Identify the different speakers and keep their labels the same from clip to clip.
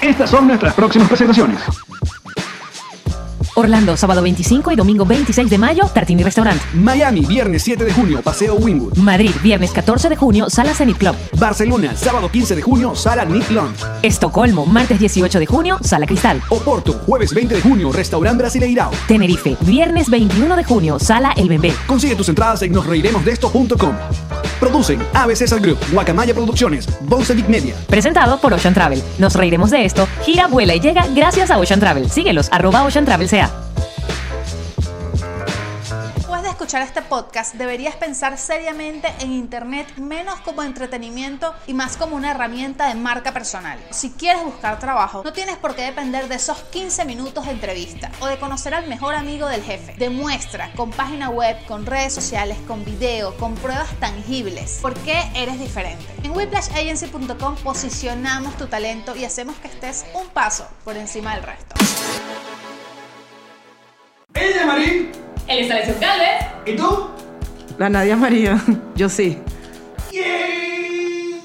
Speaker 1: Estas son nuestras próximas presentaciones.
Speaker 2: Orlando, sábado 25 y domingo 26 de mayo, Tartini Restaurant.
Speaker 3: Miami, viernes 7 de junio, Paseo Winwood.
Speaker 2: Madrid, viernes 14 de junio, Sala Zenit Club.
Speaker 3: Barcelona, sábado 15 de junio, Sala Nick Lunch.
Speaker 2: Estocolmo, martes 18 de junio, Sala Cristal.
Speaker 3: Oporto, jueves 20 de junio, Restaurant Brasileirao.
Speaker 2: Tenerife, viernes 21 de junio, Sala El Bembé.
Speaker 3: Consigue tus entradas en nosreiremosdeesto.com. Producen ABC Sal Group, Guacamaya Producciones, Big Media.
Speaker 2: Presentado por Ocean Travel. Nos reiremos de esto. Gira, vuela y llega gracias a Ocean Travel. Síguelos, arroba Ocean Travel sea.
Speaker 4: Después de escuchar este podcast, deberías pensar seriamente en Internet menos como entretenimiento y más como una herramienta de marca personal. Si quieres buscar trabajo, no tienes por qué depender de esos 15 minutos de entrevista o de conocer al mejor amigo del jefe. Demuestra con página web, con redes sociales, con video, con pruebas tangibles por qué eres diferente. En whiplashagency.com posicionamos tu talento y hacemos que estés un paso por encima del resto.
Speaker 5: Ella es Marín.
Speaker 6: Él es Alessio Calves.
Speaker 5: ¿Y tú?
Speaker 7: La Nadia María. Yo sí.
Speaker 5: ¡Yay!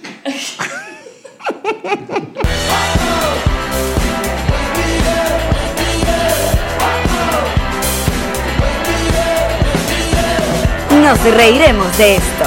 Speaker 8: Nos reiremos de esto.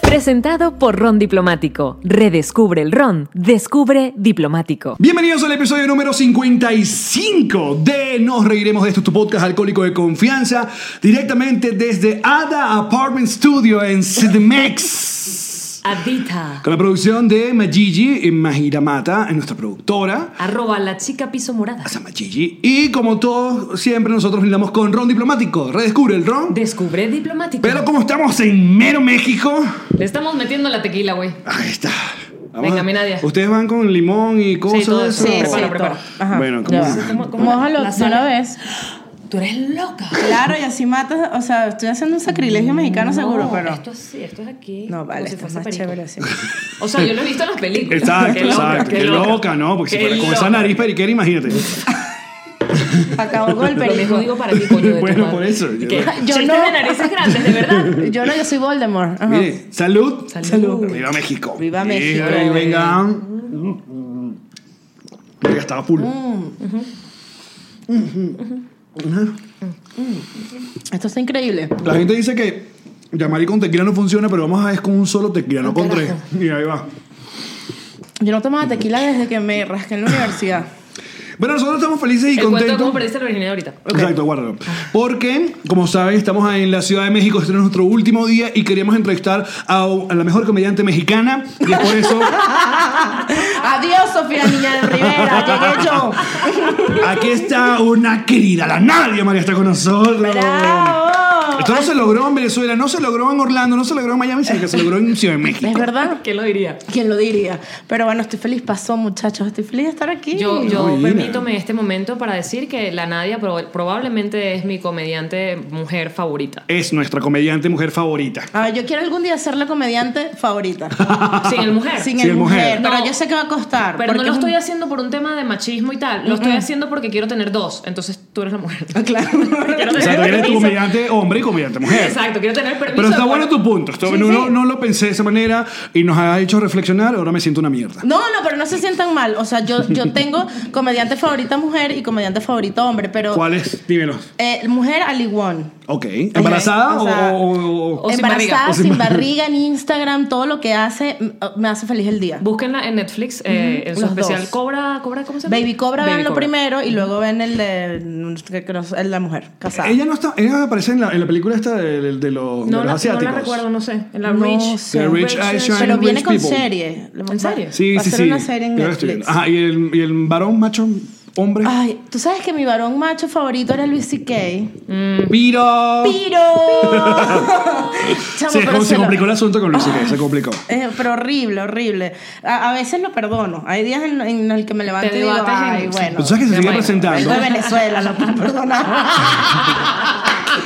Speaker 2: Presentado por Ron Diplomático. Redescubre el Ron. Descubre Diplomático.
Speaker 1: Bienvenidos al episodio número 55 de Nos Reiremos de esto, tu podcast alcohólico de confianza, directamente desde Ada Apartment Studio en Sidmex.
Speaker 2: Adita.
Speaker 1: Con la producción de Majiji y Mahira Mata, nuestra productora.
Speaker 2: Arroba la chica piso morada.
Speaker 1: Asa Majiji. Y como todos, siempre nosotros brindamos con Ron Diplomático. Redescubre el Ron.
Speaker 2: Descubre Diplomático.
Speaker 1: Pero como estamos en mero México,
Speaker 6: Le estamos metiendo la tequila, güey.
Speaker 1: ahí está.
Speaker 6: Venga, mi Nadia.
Speaker 1: Ustedes van con limón y cosas.
Speaker 6: todo
Speaker 1: de
Speaker 6: eso.
Speaker 1: eso?
Speaker 6: Sí,
Speaker 7: Prepara,
Speaker 6: sí,
Speaker 7: prepara. Ajá.
Speaker 1: Bueno, como
Speaker 9: Mójalo de una vez.
Speaker 6: Tú eres loca.
Speaker 7: Claro, y así matas. O sea, estoy haciendo un sacrilegio mexicano seguro, pero.
Speaker 6: Esto es, esto es aquí.
Speaker 7: No, vale,
Speaker 6: como si
Speaker 7: esto es
Speaker 6: fuese
Speaker 7: más
Speaker 6: perico.
Speaker 7: chévere así.
Speaker 6: O sea, yo lo he visto en las películas.
Speaker 1: Exacto,
Speaker 6: Qué loca,
Speaker 1: exacto. Qué, loca. ¿no? Porque si
Speaker 6: Qué
Speaker 1: fuera con
Speaker 6: loca.
Speaker 1: esa nariz periquera, imagínate.
Speaker 7: Acabó con el
Speaker 6: Lo mismo
Speaker 7: perico.
Speaker 6: digo para ti, coño. De tu
Speaker 1: Bueno,
Speaker 6: madre.
Speaker 1: por eso.
Speaker 6: Y que-
Speaker 9: Yo
Speaker 6: chistes
Speaker 9: no.
Speaker 6: de narices grandes, de verdad.
Speaker 9: Yo no, yo soy Voldemort. Ajá.
Speaker 1: Mire, salud.
Speaker 6: Salud.
Speaker 1: Viva México.
Speaker 7: Viva México.
Speaker 1: Venga, venga. Mm. Venga, estaba full.
Speaker 9: Esto está increíble.
Speaker 1: La gente dice que llamar y con tequila no funciona, pero vamos a ver con un solo tequila, no con tres. Y ahí va.
Speaker 9: Yo no tomaba tequila desde que me rasqué en la universidad.
Speaker 1: Bueno, nosotros estamos felices y
Speaker 6: El cuento de
Speaker 1: contentos.
Speaker 6: cómo perdiste la virginidad ahorita.
Speaker 1: Exacto, guárdalo. Porque, como saben, estamos en la Ciudad de México, este es nuestro último día y queríamos entrevistar a, a la mejor comediante mexicana. Y es por eso
Speaker 9: Adiós, Sofía Niña de Rivera. Llegué yo.
Speaker 1: Aquí está una querida, la Nadia María está con nosotros.
Speaker 9: ¡Bravo!
Speaker 1: Esto no se logró en Venezuela, no se logró en Orlando, no se logró en Miami, sino que se logró en Ciudad de México.
Speaker 9: Es verdad.
Speaker 6: ¿Quién lo diría?
Speaker 9: ¿Quién lo diría? Pero bueno, estoy feliz. Pasó, muchachos. Estoy feliz de estar aquí.
Speaker 6: Yo, yo
Speaker 1: Mira.
Speaker 6: permítome este momento para decir que la Nadia prob- probablemente es mi comediante mujer favorita.
Speaker 1: Es nuestra comediante mujer favorita.
Speaker 9: Ah, yo quiero algún día ser la comediante favorita.
Speaker 6: Sin el mujer.
Speaker 9: Sin,
Speaker 1: Sin
Speaker 9: el
Speaker 1: el
Speaker 9: mujer.
Speaker 1: mujer.
Speaker 9: Pero
Speaker 6: No.
Speaker 9: yo sé que va a costar.
Speaker 6: Pero no
Speaker 9: porque
Speaker 6: lo
Speaker 9: es un-
Speaker 6: estoy haciendo por un tema de machismo y tal. Lo estoy haciendo porque quiero tener dos. Entonces tú eres la mujer.
Speaker 9: Ah, Claro.
Speaker 6: Quiero
Speaker 1: O sea,
Speaker 6: tener
Speaker 1: tú eres tu
Speaker 6: permiso.
Speaker 1: comediante hombre y comediante mujer.
Speaker 6: Exacto, quiero tener permiso.
Speaker 1: Pero está
Speaker 6: de-
Speaker 1: bueno tu punto. Esto-
Speaker 9: Sí,
Speaker 1: no,
Speaker 9: sí.
Speaker 1: no- no lo pensé de esa manera y nos ha hecho reflexionar. Ahora me siento una mierda.
Speaker 9: No, no, pero no se sientan mal. O sea, yo, yo tengo comediante favorita mujer y comediante favorito hombre, pero.
Speaker 1: ¿Cuáles? Dímelos.
Speaker 9: Eh, mujer aligüón.
Speaker 1: Ok. ¿Embarazada
Speaker 9: o
Speaker 1: o-
Speaker 9: sea,
Speaker 1: o.? o- o-
Speaker 6: o sin
Speaker 9: Embarazada,
Speaker 6: barriga.
Speaker 1: O sin
Speaker 9: sin, barriga en Instagram, todo lo que hace m- oh, me hace feliz el día.
Speaker 6: Búsquenla en Netflix, eh, en su
Speaker 9: los
Speaker 6: especial
Speaker 9: dos.
Speaker 6: Cobra, Cobra, ¿cómo se llama?
Speaker 9: Baby Cobra, ven lo
Speaker 6: Cobra.
Speaker 9: primero y luego ven el de mm, que- que no sé, el de la mujer casada.
Speaker 1: Ella no está. Ella aparece en la, en la película esta de, de- de los, de
Speaker 6: No,
Speaker 1: los
Speaker 6: la, no
Speaker 1: asiáticos.
Speaker 6: la recuerdo, no sé. En la
Speaker 9: No
Speaker 6: Rich.
Speaker 9: sé.
Speaker 1: The Rich Asian
Speaker 9: pero viene
Speaker 1: Rich
Speaker 9: con
Speaker 1: People.
Speaker 9: serie.
Speaker 6: ¿En serio?
Speaker 1: Sí,
Speaker 9: Va a
Speaker 1: sí,
Speaker 9: ser
Speaker 1: sí.
Speaker 9: una serie en
Speaker 1: Yo la estoy
Speaker 9: Netflix. Ah,
Speaker 1: viendo. Ajá, y el, y el varón macho hombre.
Speaker 9: Ay, tú sabes que mi varón macho favorito era Luis C.K.
Speaker 1: Piro.
Speaker 9: ¡Piro! Chamo,
Speaker 1: Se,
Speaker 9: pero
Speaker 1: se
Speaker 9: lo-
Speaker 1: complicó el asunto con Luis CK, se complicó.
Speaker 9: Eh, pero horrible, horrible. A, a veces lo perdono. Hay días en, en el que me levanto
Speaker 6: Te
Speaker 9: y digo,
Speaker 6: debates en-
Speaker 9: ay, bueno.
Speaker 1: Tú Pues, sabes que se sigue
Speaker 6: Pero bueno,
Speaker 1: presentando.
Speaker 9: Soy de Venezuela, lo puedo perdonar.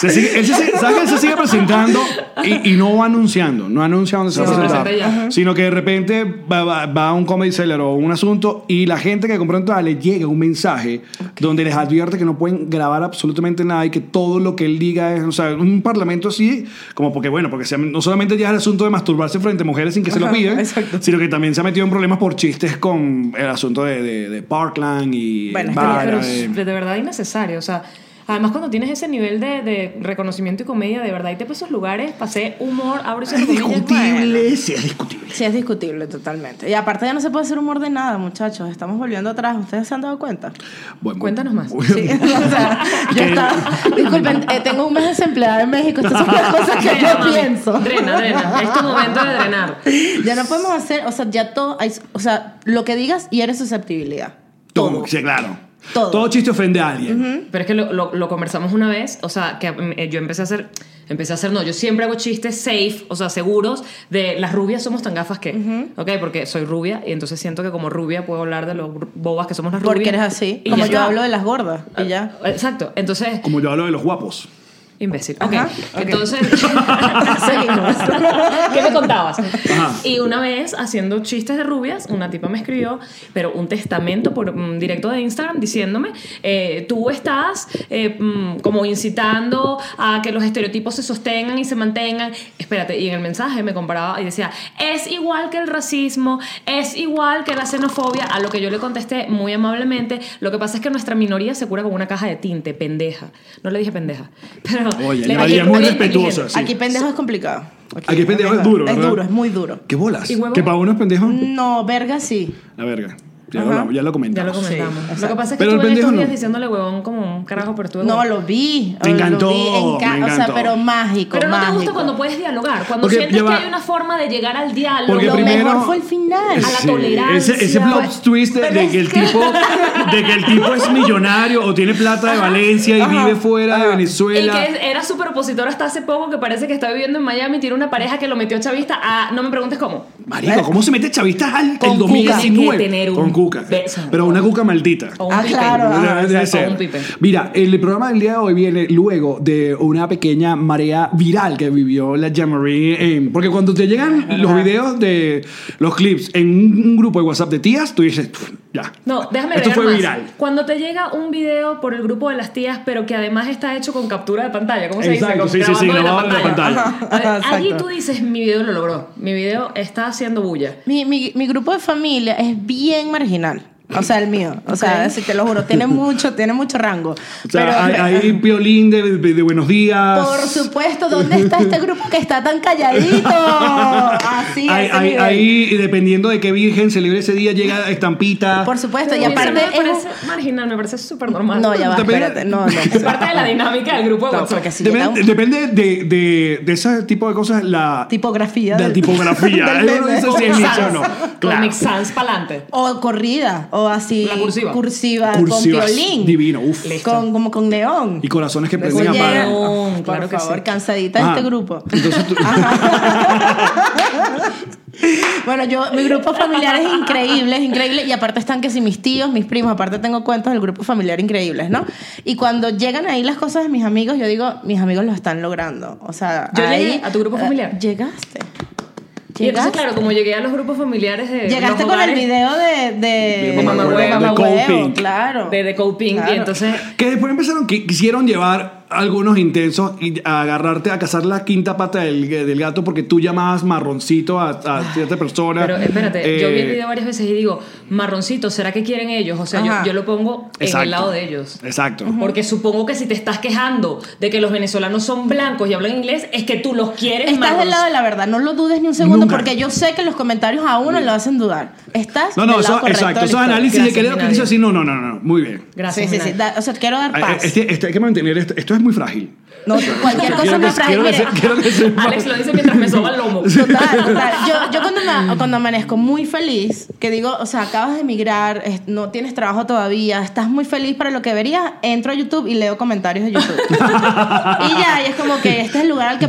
Speaker 1: Se sigue- él se sigue- ¿sabes que él se sigue presentando y, y no va anunciando? No anuncia dónde se va a
Speaker 6: No, se
Speaker 1: presentar.
Speaker 6: presenta ya.
Speaker 1: Sino que de repente va, va- va a un comedy seller o un asunto y la gente que compró entrada le llega un mensaje donde les advierte que no pueden grabar absolutamente nada y que todo lo que él diga es, o sea, un parlamento así, como porque, bueno, porque se- no solamente ya es el asunto de masturbarse frente a mujeres sin que se lo
Speaker 7: Ajá,
Speaker 1: piden,
Speaker 7: exacto.
Speaker 1: sino que también se ha metido en problemas por chistes con el asunto de, de- de Parkland y
Speaker 7: Bueno, es que
Speaker 1: Vara,
Speaker 6: Pero
Speaker 1: de-
Speaker 6: es de verdad innecesario. O sea, además cuando tienes ese nivel de, de reconocimiento y comedia, de verdad, y te para esos lugares, pasé humor, abro y
Speaker 1: Es
Speaker 6: cierro comillas, bueno.
Speaker 1: discutible, sí, es discutible.
Speaker 9: Sí, es discutible totalmente. Y aparte ya no se puede hacer humor de nada, muchachos. Estamos volviendo atrás. ¿Ustedes se han dado cuenta?
Speaker 1: Bueno,
Speaker 6: Cuéntanos más.
Speaker 9: Sí, o sea, yo estaba... Disculpen, eh, tengo un mes desempleada en México. Estas son las cosas que
Speaker 6: Drena,
Speaker 9: yo
Speaker 6: mami.
Speaker 9: pienso.
Speaker 6: Drena, drena. Es tu momento de drenar.
Speaker 9: Ya no podemos hacer... O sea, ya todo... hay- o sea, lo que digas y eres susceptibilidad.
Speaker 1: Todo, sí, claro.
Speaker 9: Todo.
Speaker 1: chiste ofende a alguien.
Speaker 6: Pero es que lo, lo- lo conversamos una vez, o sea, que eh, yo empecé a hacer, empecé a hacer, no, yo siempre hago chistes safe, o sea, seguros, de las rubias somos tan gafas que, ¿ok? Porque soy rubia y entonces siento que como rubia puedo hablar de lo bobas que somos las rubias.
Speaker 9: Porque eres así.
Speaker 6: Y
Speaker 9: Como
Speaker 6: ya
Speaker 9: yo
Speaker 6: está.
Speaker 9: hablo de las gordas. Y ya.
Speaker 6: Exacto, entonces,
Speaker 1: Como yo hablo de los guapos.
Speaker 6: imbécil. Ok,
Speaker 9: Ajá, ok.
Speaker 6: entonces, seguimos. ¿Qué me contabas? Y una vez, haciendo chistes de rubias, una tipa me escribió, pero un testamento por un directo de Instagram diciéndome, eh, tú estás eh, mm, como incitando a que los estereotipos se sostengan y se mantengan. Espérate, y en el mensaje me comparaba y decía, es igual que el racismo, es igual que la xenofobia, a lo que yo le contesté muy amablemente, lo que pasa es que nuestra minoría se cura con una caja de tinte, pendeja. No le dije pendeja, pero...
Speaker 1: Oye,
Speaker 6: le
Speaker 1: la vida
Speaker 6: dije
Speaker 1: es muy
Speaker 6: inteligente.
Speaker 1: respetuosa. Sí.
Speaker 9: Aquí pendejo es complicado.
Speaker 1: Aquí pendejo es duro,
Speaker 9: Es
Speaker 1: ¿verdad?
Speaker 9: duro, es muy duro.
Speaker 1: ¿Qué bolas?
Speaker 6: ¿Y huevo?
Speaker 1: ¿Que para uno es pendejo?
Speaker 9: No, verga sí.
Speaker 1: La verga. Ya,
Speaker 9: Ajá.
Speaker 1: lo, ya lo
Speaker 6: Ya lo
Speaker 1: comentamos.
Speaker 6: comentamos. lo que pasa es que
Speaker 1: Pero el
Speaker 6: estuve en estos
Speaker 1: pendejo
Speaker 6: días
Speaker 1: no.
Speaker 6: diciéndole huevón como un carajo, pero estuve
Speaker 9: No,
Speaker 6: huevón.
Speaker 9: lo vi.
Speaker 1: Me
Speaker 9: lo
Speaker 1: encantó,
Speaker 9: vi en ca-
Speaker 1: me
Speaker 9: O sea,
Speaker 1: encantó.
Speaker 9: pero mágico,
Speaker 6: Pero no te
Speaker 9: mágico.
Speaker 6: gusta cuando puedes dialogar, cuando
Speaker 1: Porque
Speaker 6: sientes
Speaker 1: ya
Speaker 6: que
Speaker 1: va.
Speaker 6: hay una forma de llegar al diálogo.
Speaker 1: Porque
Speaker 9: Lo
Speaker 1: primero.
Speaker 9: mejor fue el final. A
Speaker 6: la tolerancia.
Speaker 1: Ese, ese plot
Speaker 6: Pues-
Speaker 1: twist de, de que el tipo, de que el tipo es millonario o tiene plata de Valencia y vive fuera de
Speaker 6: Y
Speaker 1: Venezuela.
Speaker 6: que era súper opositor hasta hace poco, que parece que está viviendo en Miami, tiene una pareja que lo metió chavista a... No me preguntes cómo.
Speaker 1: Marico, ¿cómo se mete chavistas al
Speaker 6: Con
Speaker 1: el
Speaker 6: cuca.
Speaker 1: 2019?
Speaker 6: Tiene que tener un
Speaker 1: Con cuca.
Speaker 6: beso.
Speaker 1: Pero una cuca maldita.
Speaker 6: O un
Speaker 9: Ah,
Speaker 6: pipe.
Speaker 9: claro,
Speaker 1: Debe-
Speaker 9: ajá,
Speaker 1: debe
Speaker 6: exacto.
Speaker 1: ser.
Speaker 6: O un pipe.
Speaker 1: Mira, el programa del día de hoy viene luego de una pequeña marea viral que vivió la Jamaree. en- porque cuando te llegan los videos de los clips en un, un grupo de WhatsApp de tías, tú dices, "Pff, ya.
Speaker 6: No, déjame
Speaker 1: Esto
Speaker 6: agregar
Speaker 1: fue
Speaker 6: más.
Speaker 1: viral.
Speaker 6: Cuando te llega un video por el grupo de las tías, pero que además está hecho con captura de pantalla, ¿cómo se
Speaker 1: Exacto, sí,
Speaker 6: dice?
Speaker 1: sí, sí, grabado
Speaker 6: grabando
Speaker 1: de la
Speaker 9: pantalla. Ajá,
Speaker 6: A ver, Allí
Speaker 9: exacto.
Speaker 6: tú dices, mi video lo logró, mi video está haciendo bulla.
Speaker 9: Mi, mi, mi grupo de familia es bien marginal. O sea, el mío. O sea, si te lo juro, tiene mucho, tiene mucho rango.
Speaker 1: O sea, hay, hay piolín de, de- de buenos días.
Speaker 9: Por supuesto, ¿dónde está este grupo que está tan calladito? Así a
Speaker 1: Ahí,
Speaker 9: ese
Speaker 1: ahí,
Speaker 9: nivel.
Speaker 1: ahí, dependiendo de qué virgen celebre ese día, llega estampita.
Speaker 9: Por supuesto, y
Speaker 6: Eso no
Speaker 9: aparte
Speaker 6: me
Speaker 9: es un-
Speaker 6: parece marginal, me parece súper normal.
Speaker 9: No, ya va,
Speaker 1: También-
Speaker 9: espérate. No, no.
Speaker 6: Es parte de la dinámica del grupo de
Speaker 9: No,
Speaker 6: WhatsApp.
Speaker 9: porque si llega
Speaker 1: Depende,
Speaker 9: un-
Speaker 1: depende de, de, de ese tipo de cosas, la
Speaker 9: tipografía.
Speaker 1: de la
Speaker 9: del-
Speaker 1: tipografía.
Speaker 9: del
Speaker 1: Uno
Speaker 9: meme.
Speaker 1: dice si es nicho o no. Claro.
Speaker 6: Comic Sans pa'lante.
Speaker 9: O corrida, o así.
Speaker 6: La cursiva.
Speaker 9: Cursiva,
Speaker 1: Cursiva,
Speaker 9: con violín.
Speaker 1: divino, uf.
Speaker 6: Listo.
Speaker 9: Con, como con neón.
Speaker 1: Y corazones que prenden a
Speaker 9: Oye,
Speaker 1: mano.
Speaker 6: Neón,
Speaker 9: por
Speaker 6: claro que
Speaker 9: favor,
Speaker 6: sí.
Speaker 9: cansadita de
Speaker 1: Ajá.
Speaker 9: este grupo.
Speaker 1: Entonces tú-
Speaker 9: Bueno, yo, mi grupo familiar es increíble, es increíble. Y aparte están que si mis tíos, mis primos, aparte tengo cuentos del grupo familiar increíbles, ¿no? Y cuando llegan ahí las cosas de mis amigos, yo digo, mis amigos lo están logrando. O sea,
Speaker 6: Yo
Speaker 9: ahí-
Speaker 6: llegué a tu grupo familiar.
Speaker 9: Eh, Llegaste.
Speaker 6: Y entonces,
Speaker 9: Llegaste.
Speaker 6: claro, como llegué a los grupos familiares de.
Speaker 9: Llegaste
Speaker 6: Eh, los
Speaker 9: con el
Speaker 6: hogares
Speaker 9: video de, de,
Speaker 1: De Mamá Huevo, de
Speaker 9: Huevo,
Speaker 1: Coping.
Speaker 9: claro.
Speaker 6: De, de Coping,
Speaker 9: Claro.
Speaker 6: y entonces.
Speaker 1: que después empezaron, que quisieron llevar algunos intensos y a agarrarte a cazar la quinta pata del, del gato porque tú llamabas marroncito a, a cierta persona.
Speaker 6: Pero espérate, yo vi el
Speaker 1: Eh,
Speaker 6: video varias veces y digo, marroncito, ¿será que quieren ellos? O sea, yo,
Speaker 9: Ajá.
Speaker 6: yo lo pongo en
Speaker 1: exacto.
Speaker 6: el lado de ellos.
Speaker 1: Exacto.
Speaker 6: Porque supongo que si te estás quejando de que los venezolanos son blancos y hablan inglés, es que tú los quieres
Speaker 9: Estás
Speaker 6: marroncitos.
Speaker 9: del lado de la verdad, no lo dudes ni un segundo
Speaker 1: Nunca.
Speaker 9: porque yo sé que los comentarios a uno lo hacen dudar. Estás
Speaker 1: No, no,
Speaker 9: del lado
Speaker 1: eso,
Speaker 9: correcto
Speaker 1: exacto.
Speaker 9: de la
Speaker 1: Esos
Speaker 9: historia.
Speaker 1: análisis de
Speaker 6: Gracias,
Speaker 1: que lo que
Speaker 6: Minaya.
Speaker 1: dice así, no, no, no, no, muy bien.
Speaker 9: Sí,
Speaker 6: Gracias.
Speaker 9: sí, sí.
Speaker 6: Minaya.
Speaker 9: da- o sea, quiero dar
Speaker 1: Ah,
Speaker 9: paz.
Speaker 1: Este, este hay que mantener, esto, esto es muy frágil.
Speaker 9: no, cualquier cosa
Speaker 1: Quiero que-
Speaker 9: me trae.
Speaker 1: quiero que
Speaker 9: mire,
Speaker 1: se- quiero que se-
Speaker 6: Alex lo dice mientras me soba el lomo.
Speaker 9: Total, total. Yo, yo cuando, me- cuando amanezco muy feliz, que digo, o sea, acabas de emigrar, es- no tienes trabajo todavía, estás muy feliz para lo que verías, entro a YouTube y leo comentarios de YouTube. y ya, y es como que este es el lugar al que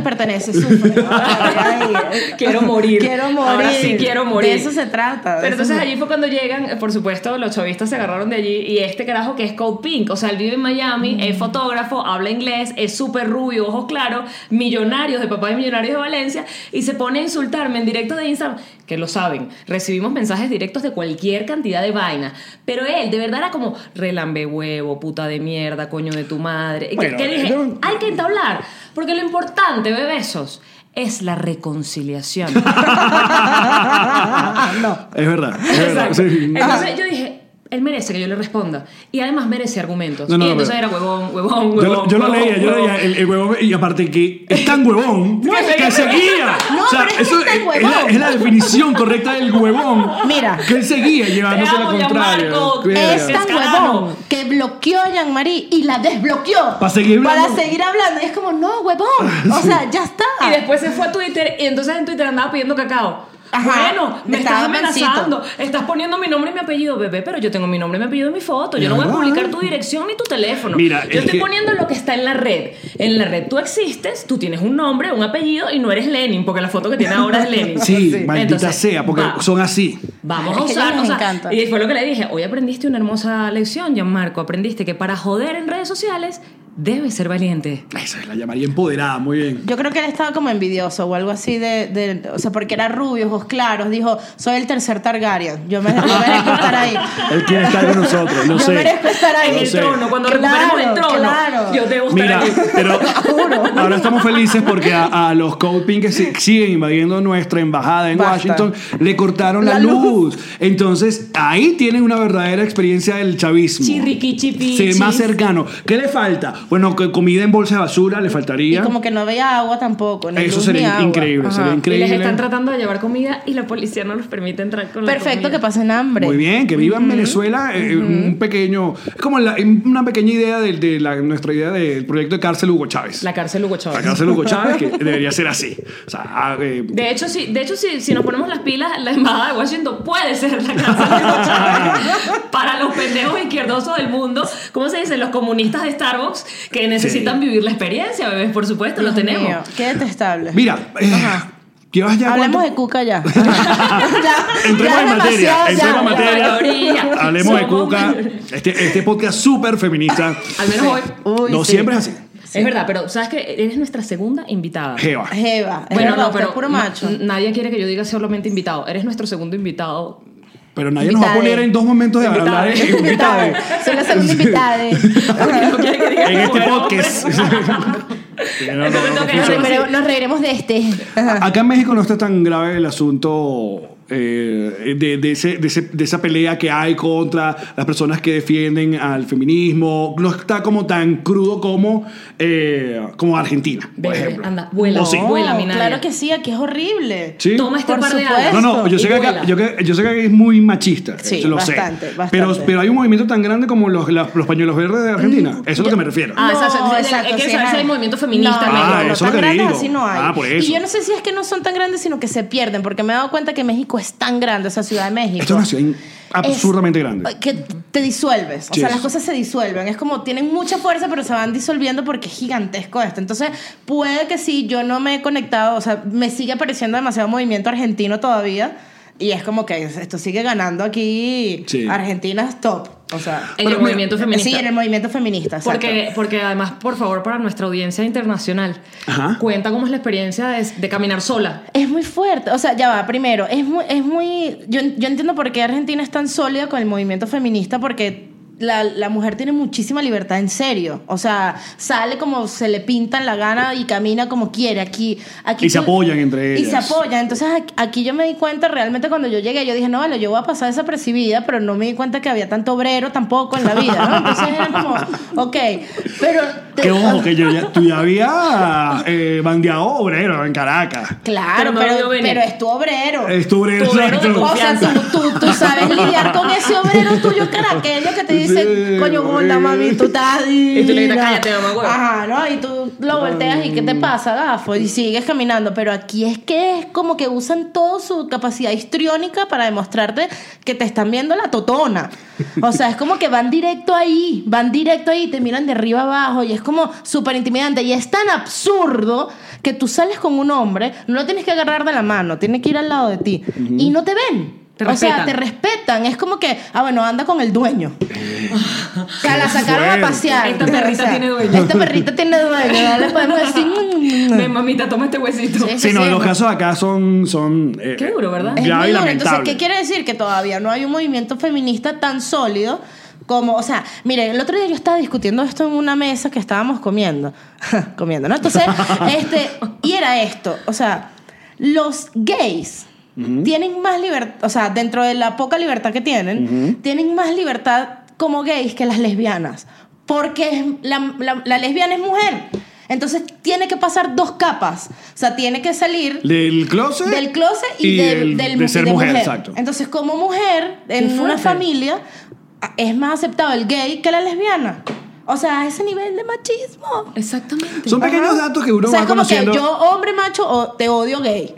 Speaker 9: pertenece, sufre. Ay, ay.
Speaker 6: Quiero morir.
Speaker 9: Quiero morir.
Speaker 6: Ahora sí quiero morir.
Speaker 9: De eso se trata. de
Speaker 6: Pero
Speaker 9: eso
Speaker 6: entonces
Speaker 9: se-
Speaker 6: allí fue cuando llegan, eh, por supuesto, los chavistas se agarraron de allí y este carajo que es Code Pink, o sea, él vive en Miami, es fotógrafo, habla inglés, es súper de rubio, ojos claros, millonarios, de papá de millonarios de Valencia, y se pone a insultarme en directo de Instagram, que lo saben, recibimos mensajes directos de cualquier cantidad de vaina, pero él de verdad era como relambe huevo, puta de mierda, coño de tu madre, Y que-
Speaker 1: Bueno,
Speaker 6: que, dije,
Speaker 1: yo-
Speaker 6: hay que entablar, porque lo importante, bebesos, es la reconciliación.
Speaker 1: no. Es verdad. Es verdad.
Speaker 6: Exacto.
Speaker 1: sí.
Speaker 6: Entonces yo dije, él merece que yo le responda. Y además merece argumentos.
Speaker 1: No, no,
Speaker 6: y
Speaker 1: no,
Speaker 6: entonces
Speaker 1: pero-
Speaker 6: era huevón, huevón, huevón.
Speaker 1: Yo lo, yo lo
Speaker 6: huevón,
Speaker 1: leía, yo lo
Speaker 6: huevón.
Speaker 1: leía, eh. el, el huevón, y aparte que es tan huevón que seguía.
Speaker 9: No,
Speaker 1: o sea,
Speaker 9: pero es que
Speaker 1: eso
Speaker 9: es tan
Speaker 1: es, la,
Speaker 9: huevón.
Speaker 1: es la definición correcta del huevón.
Speaker 9: Mira.
Speaker 1: Que él seguía llevándose la
Speaker 6: amo,
Speaker 1: contraria.
Speaker 6: Gianmarco.
Speaker 1: Mira.
Speaker 9: Es tan
Speaker 6: Descarado.
Speaker 9: huevón que bloqueó a Jean-Marie y la desbloqueó.
Speaker 1: Pa' seguir hablando.
Speaker 9: Para seguir hablando. Y es como, no, huevón. O sea, ya está.
Speaker 6: Y después se fue a Twitter y entonces en Twitter andaba pidiendo cacao.
Speaker 9: Ajá.
Speaker 6: bueno, me
Speaker 9: Estaba
Speaker 6: estás amenazando, estás poniendo mi nombre y mi apellido, bebé, pero yo tengo mi nombre y mi apellido en mi foto. Yo no voy a
Speaker 1: Ajá.
Speaker 6: publicar tu dirección ni tu teléfono.
Speaker 1: Mira, es
Speaker 6: yo estoy
Speaker 1: que-
Speaker 6: poniendo lo que está en la red. En la red tú existes, tú tienes un nombre, un apellido y no eres Lenin, porque la foto que tiene ahora es Lenin.
Speaker 1: Sí, maldita
Speaker 6: Entonces,
Speaker 1: sea, porque
Speaker 6: va.
Speaker 1: son así.
Speaker 6: Vamos a
Speaker 9: Es que
Speaker 6: usar,
Speaker 9: ellos
Speaker 6: o
Speaker 9: les
Speaker 6: sea,
Speaker 9: encanta.
Speaker 6: y fue lo que le dije, hoy aprendiste una hermosa lección, Gianmarco, aprendiste que para joder en redes sociales debes ser valiente.
Speaker 1: Esa es la llamaría empoderada, muy bien.
Speaker 9: Yo creo que él estaba como envidioso o algo así de, de- o sea, porque era rubio, ojos claros, dijo, soy el tercer Targaryen, yo, me, yo merezco estar ahí.
Speaker 1: Él quiere estar con nosotros, lo
Speaker 9: yo
Speaker 1: sé.
Speaker 9: merezco estar ahí.
Speaker 6: en el
Speaker 1: sé.
Speaker 6: trono, cuando
Speaker 9: Claro,
Speaker 6: recuperemos el trono,
Speaker 9: claro.
Speaker 6: yo debo estar
Speaker 1: Mira,
Speaker 6: aquí.
Speaker 1: pero ahora estamos felices porque a, a los Cold Pink que sig- siguen invadiendo nuestra embajada en
Speaker 9: Basta.
Speaker 1: Washington le cortaron la,
Speaker 9: La
Speaker 1: luz. Entonces ahí tienen una verdadera experiencia del chavismo.
Speaker 6: Chirriquichipichis.
Speaker 1: Sí, más cercano. ¿Qué le falta? Bueno, que comida en bolsa de basura le
Speaker 9: Y
Speaker 1: faltaría.
Speaker 9: como que no veía agua tampoco. ni
Speaker 1: Eso
Speaker 9: luz ni
Speaker 1: sería
Speaker 9: agua.
Speaker 1: increíble,
Speaker 9: Ajá.
Speaker 1: sería
Speaker 6: Y
Speaker 1: increíble.
Speaker 6: les están tratando de llevar comida y la policía no los permite entrar con la
Speaker 9: Perfecto que
Speaker 6: comida.
Speaker 9: pasen hambre.
Speaker 1: Muy bien, que viva en Venezuela eh, un pequeño, es como la- una pequeña idea de, de la- nuestra idea del proyecto de cárcel Hugo Chávez.
Speaker 6: La cárcel Hugo Chávez.
Speaker 1: La cárcel Hugo Chávez que debería ser así. O sea, ah, eh,
Speaker 6: De hecho, sí, de hecho sí, si nos ponemos las pilas, la embajada de Washington puede ser la cárcel de Hugo Chávez. para los pendejos izquierdosos del mundo. ¿Cómo se dice? Los comunistas de Starbucks que necesitan vivir la experiencia, bebés, por supuesto, lo
Speaker 9: Dios
Speaker 6: tenemos.
Speaker 9: mío, qué detestable.
Speaker 1: Mira, eh, llevas ya
Speaker 9: Hablemos
Speaker 1: cuánto-
Speaker 9: de cuca ya. ya
Speaker 1: Entremos
Speaker 9: ya
Speaker 1: en
Speaker 9: es
Speaker 1: materia,
Speaker 9: demasiado,
Speaker 1: entremos en
Speaker 9: ya.
Speaker 1: materia.
Speaker 6: la mayoría.
Speaker 1: Hablemos de
Speaker 6: Somos-
Speaker 1: Cuca. Este, este podcast súper feminista.
Speaker 6: Al menos hoy.
Speaker 9: Uy,
Speaker 1: no
Speaker 9: sí.
Speaker 1: siempre es así.
Speaker 6: Es verdad, pero ¿sabes que Eres nuestra segunda invitada.
Speaker 1: Jeva.
Speaker 9: Jeva, es
Speaker 6: Bueno,
Speaker 9: verdad,
Speaker 6: no,
Speaker 9: usted
Speaker 6: pero
Speaker 9: es puro
Speaker 6: na-
Speaker 9: macho.
Speaker 6: nadie quiere que yo diga solamente invitado. Eres nuestro segundo invitado.
Speaker 1: Pero nadie nos va a poner
Speaker 9: Invitade.
Speaker 1: en dos momentos de
Speaker 6: Invitade.
Speaker 1: hablar en
Speaker 9: Invitade. Soy la segunda invitada.
Speaker 6: No quiere que diga
Speaker 1: en este
Speaker 6: mujer,
Speaker 1: podcast.
Speaker 6: hombre.
Speaker 1: No, no, no,
Speaker 6: Entonces tengo que
Speaker 1: no
Speaker 6: dejarlo
Speaker 9: Nos
Speaker 1: funciona.
Speaker 9: reiremos- Nos reiremos de este.
Speaker 1: Acá en México no está tan grave el asunto eh, de, de ese- de ese- de esa pelea que hay contra las personas que defienden al feminismo. No está como tan crudo como, eh, como Argentina, por
Speaker 6: Bebe,
Speaker 1: ejemplo.
Speaker 6: anda, vuela,
Speaker 9: Oh,
Speaker 1: ¿O sí?
Speaker 6: vuela, mi Nadia.
Speaker 9: claro que sí, aquí es horrible.
Speaker 1: ¿Sí?
Speaker 6: Toma este
Speaker 9: Por
Speaker 6: par de
Speaker 9: supuesto.
Speaker 6: alas.
Speaker 1: No, no, yo
Speaker 6: y
Speaker 1: sé, que acá-
Speaker 6: vuela.
Speaker 1: yo, que- yo sé que acá es muy machista.
Speaker 9: Sí,
Speaker 1: eso lo
Speaker 9: bastante,
Speaker 1: sé.
Speaker 9: bastante.
Speaker 1: Pero, pero hay un movimiento tan grande como los, las- los pañuelos verdes de Argentina. Eso es a lo que me refiero.
Speaker 6: Ah, exacto,
Speaker 9: No,
Speaker 6: es- es- es que
Speaker 9: sí,
Speaker 6: saber si
Speaker 9: hay.
Speaker 6: hay movimiento feminista en
Speaker 9: No,
Speaker 1: México.
Speaker 9: no,
Speaker 1: Ah, eso
Speaker 9: no,
Speaker 1: es
Speaker 9: tan
Speaker 1: lo que
Speaker 9: grandes
Speaker 1: digo.
Speaker 9: así no hay.
Speaker 1: Ah, por eso.
Speaker 9: Y yo no sé si es que no son tan grandes, sino que se pierden, porque me he dado cuenta que México es tan grande, esa Ciudad de México.
Speaker 1: Esto es una ciudad in- absurdamente grande.
Speaker 9: Que te disuelves, o
Speaker 1: Sí,
Speaker 9: sea,
Speaker 1: es.
Speaker 9: las cosas se disuelven, es como tienen mucha fuerza, pero se van disolviendo porque es gigantesco esto. Entonces, puede que si yo no me he conectado, o sea, me sigue apareciendo demasiado movimiento argentino todavía, y es como que esto sigue ganando aquí.
Speaker 1: Sí.
Speaker 9: Argentina es top, o sea.
Speaker 6: En
Speaker 1: Pero
Speaker 6: el
Speaker 1: mira,
Speaker 6: movimiento feminista.
Speaker 9: Sí, en el movimiento feminista. exacto.
Speaker 6: Porque, porque además, por favor, para nuestra audiencia internacional,
Speaker 1: Ajá.
Speaker 6: cuenta cómo es la experiencia de, de caminar sola.
Speaker 9: Es muy fuerte. O sea, ya va, primero, es muy, es muy. Yo, yo entiendo por qué Argentina es tan sólida con el movimiento feminista, porque la, la mujer tiene muchísima libertad en serio. O sea, sale como se le pinta en la gana y camina como quiere. Aquí, aquí
Speaker 1: Y se
Speaker 9: tú-
Speaker 1: apoyan entre
Speaker 9: Y se
Speaker 1: ellas.
Speaker 9: apoyan. Entonces aquí- aquí yo me di cuenta realmente cuando yo llegué, yo dije, no, vale, yo voy a pasar desapercibida, pero no me di cuenta que había tanto obrero tampoco en la vida. ¿no? Entonces era como, ok, pero. te-
Speaker 1: Que ojo, que yo ya, tú ya había eh, bandeado obrero en Caracas.
Speaker 6: Pero
Speaker 9: Claro,
Speaker 6: no lo
Speaker 9: pero,
Speaker 6: vio venir.
Speaker 9: pero es tu obrero.
Speaker 1: Es tu obrero.
Speaker 6: Tu obrero de
Speaker 1: exacto.
Speaker 9: O sea, tú, tú, tú sabes lidiar con ese obrero tuyo caraqueño que te dice,
Speaker 1: Sí,
Speaker 9: coño, gorda,
Speaker 1: güey.
Speaker 9: mami, tú estás
Speaker 6: Y tú le gritas,
Speaker 9: divina".
Speaker 6: "Cállate, mamá, güey".
Speaker 9: Ajá, ¿no? Y tú lo volteas y ¿qué te pasa, gafo? Y sigues caminando. Pero aquí es que es como que usan toda su capacidad histriónica para demostrarte que te están viendo la totona. O sea, es como que van directo ahí, van directo ahí, te miran de arriba abajo y es como súper intimidante. Y es tan absurdo que tú sales con un hombre, no lo tienes que agarrar de la mano, tiene que ir al lado de ti y no te ven.
Speaker 6: Te
Speaker 9: o sea,
Speaker 6: respetan.
Speaker 9: te respetan. Es como que, ah, bueno, anda con el dueño. O sea, la sacaron
Speaker 1: Fuerte.
Speaker 9: a pasear.
Speaker 6: Esta perrita
Speaker 9: O sea,
Speaker 6: tiene dueño.
Speaker 9: Esta perrita tiene dueño. No le podemos decir. "Mm, mm, mm".
Speaker 6: Ven, mamita, toma este huesito.
Speaker 9: Sí,
Speaker 1: Sí, no,
Speaker 9: sí,
Speaker 1: los
Speaker 9: no.
Speaker 1: casos acá son. son eh,
Speaker 6: Qué duro, ¿verdad?
Speaker 1: grave
Speaker 9: Es muy
Speaker 1: y
Speaker 9: duro. Entonces,
Speaker 1: lamentable.
Speaker 9: ¿qué quiere decir? Que todavía no hay un movimiento feminista tan sólido como, o sea, miren, el otro día yo estaba discutiendo esto en una mesa que estábamos comiendo, comiendo, ¿no? Entonces, este, y era esto, o sea, los gays tienen más libertad, o sea, dentro de la poca libertad que tienen, tienen más libertad como gays que las lesbianas, porque es- la, la- la lesbiana es mujer. Entonces tiene que pasar dos capas. O sea, tiene que salir
Speaker 1: Del closet.
Speaker 9: del closet y,
Speaker 1: y
Speaker 9: del-
Speaker 1: del-
Speaker 9: del-
Speaker 1: de ser
Speaker 9: de
Speaker 1: mujer, exacto.
Speaker 9: Entonces, como mujer, en una
Speaker 6: fuerte.
Speaker 9: familia, a- es más aceptado el gay que la lesbiana. O sea, a ese nivel de machismo.
Speaker 6: Exactamente.
Speaker 1: Son pequeños datos que uno
Speaker 9: o sea,
Speaker 1: va
Speaker 9: es como
Speaker 1: conociendo.
Speaker 9: que yo, hombre macho, o te odio gay.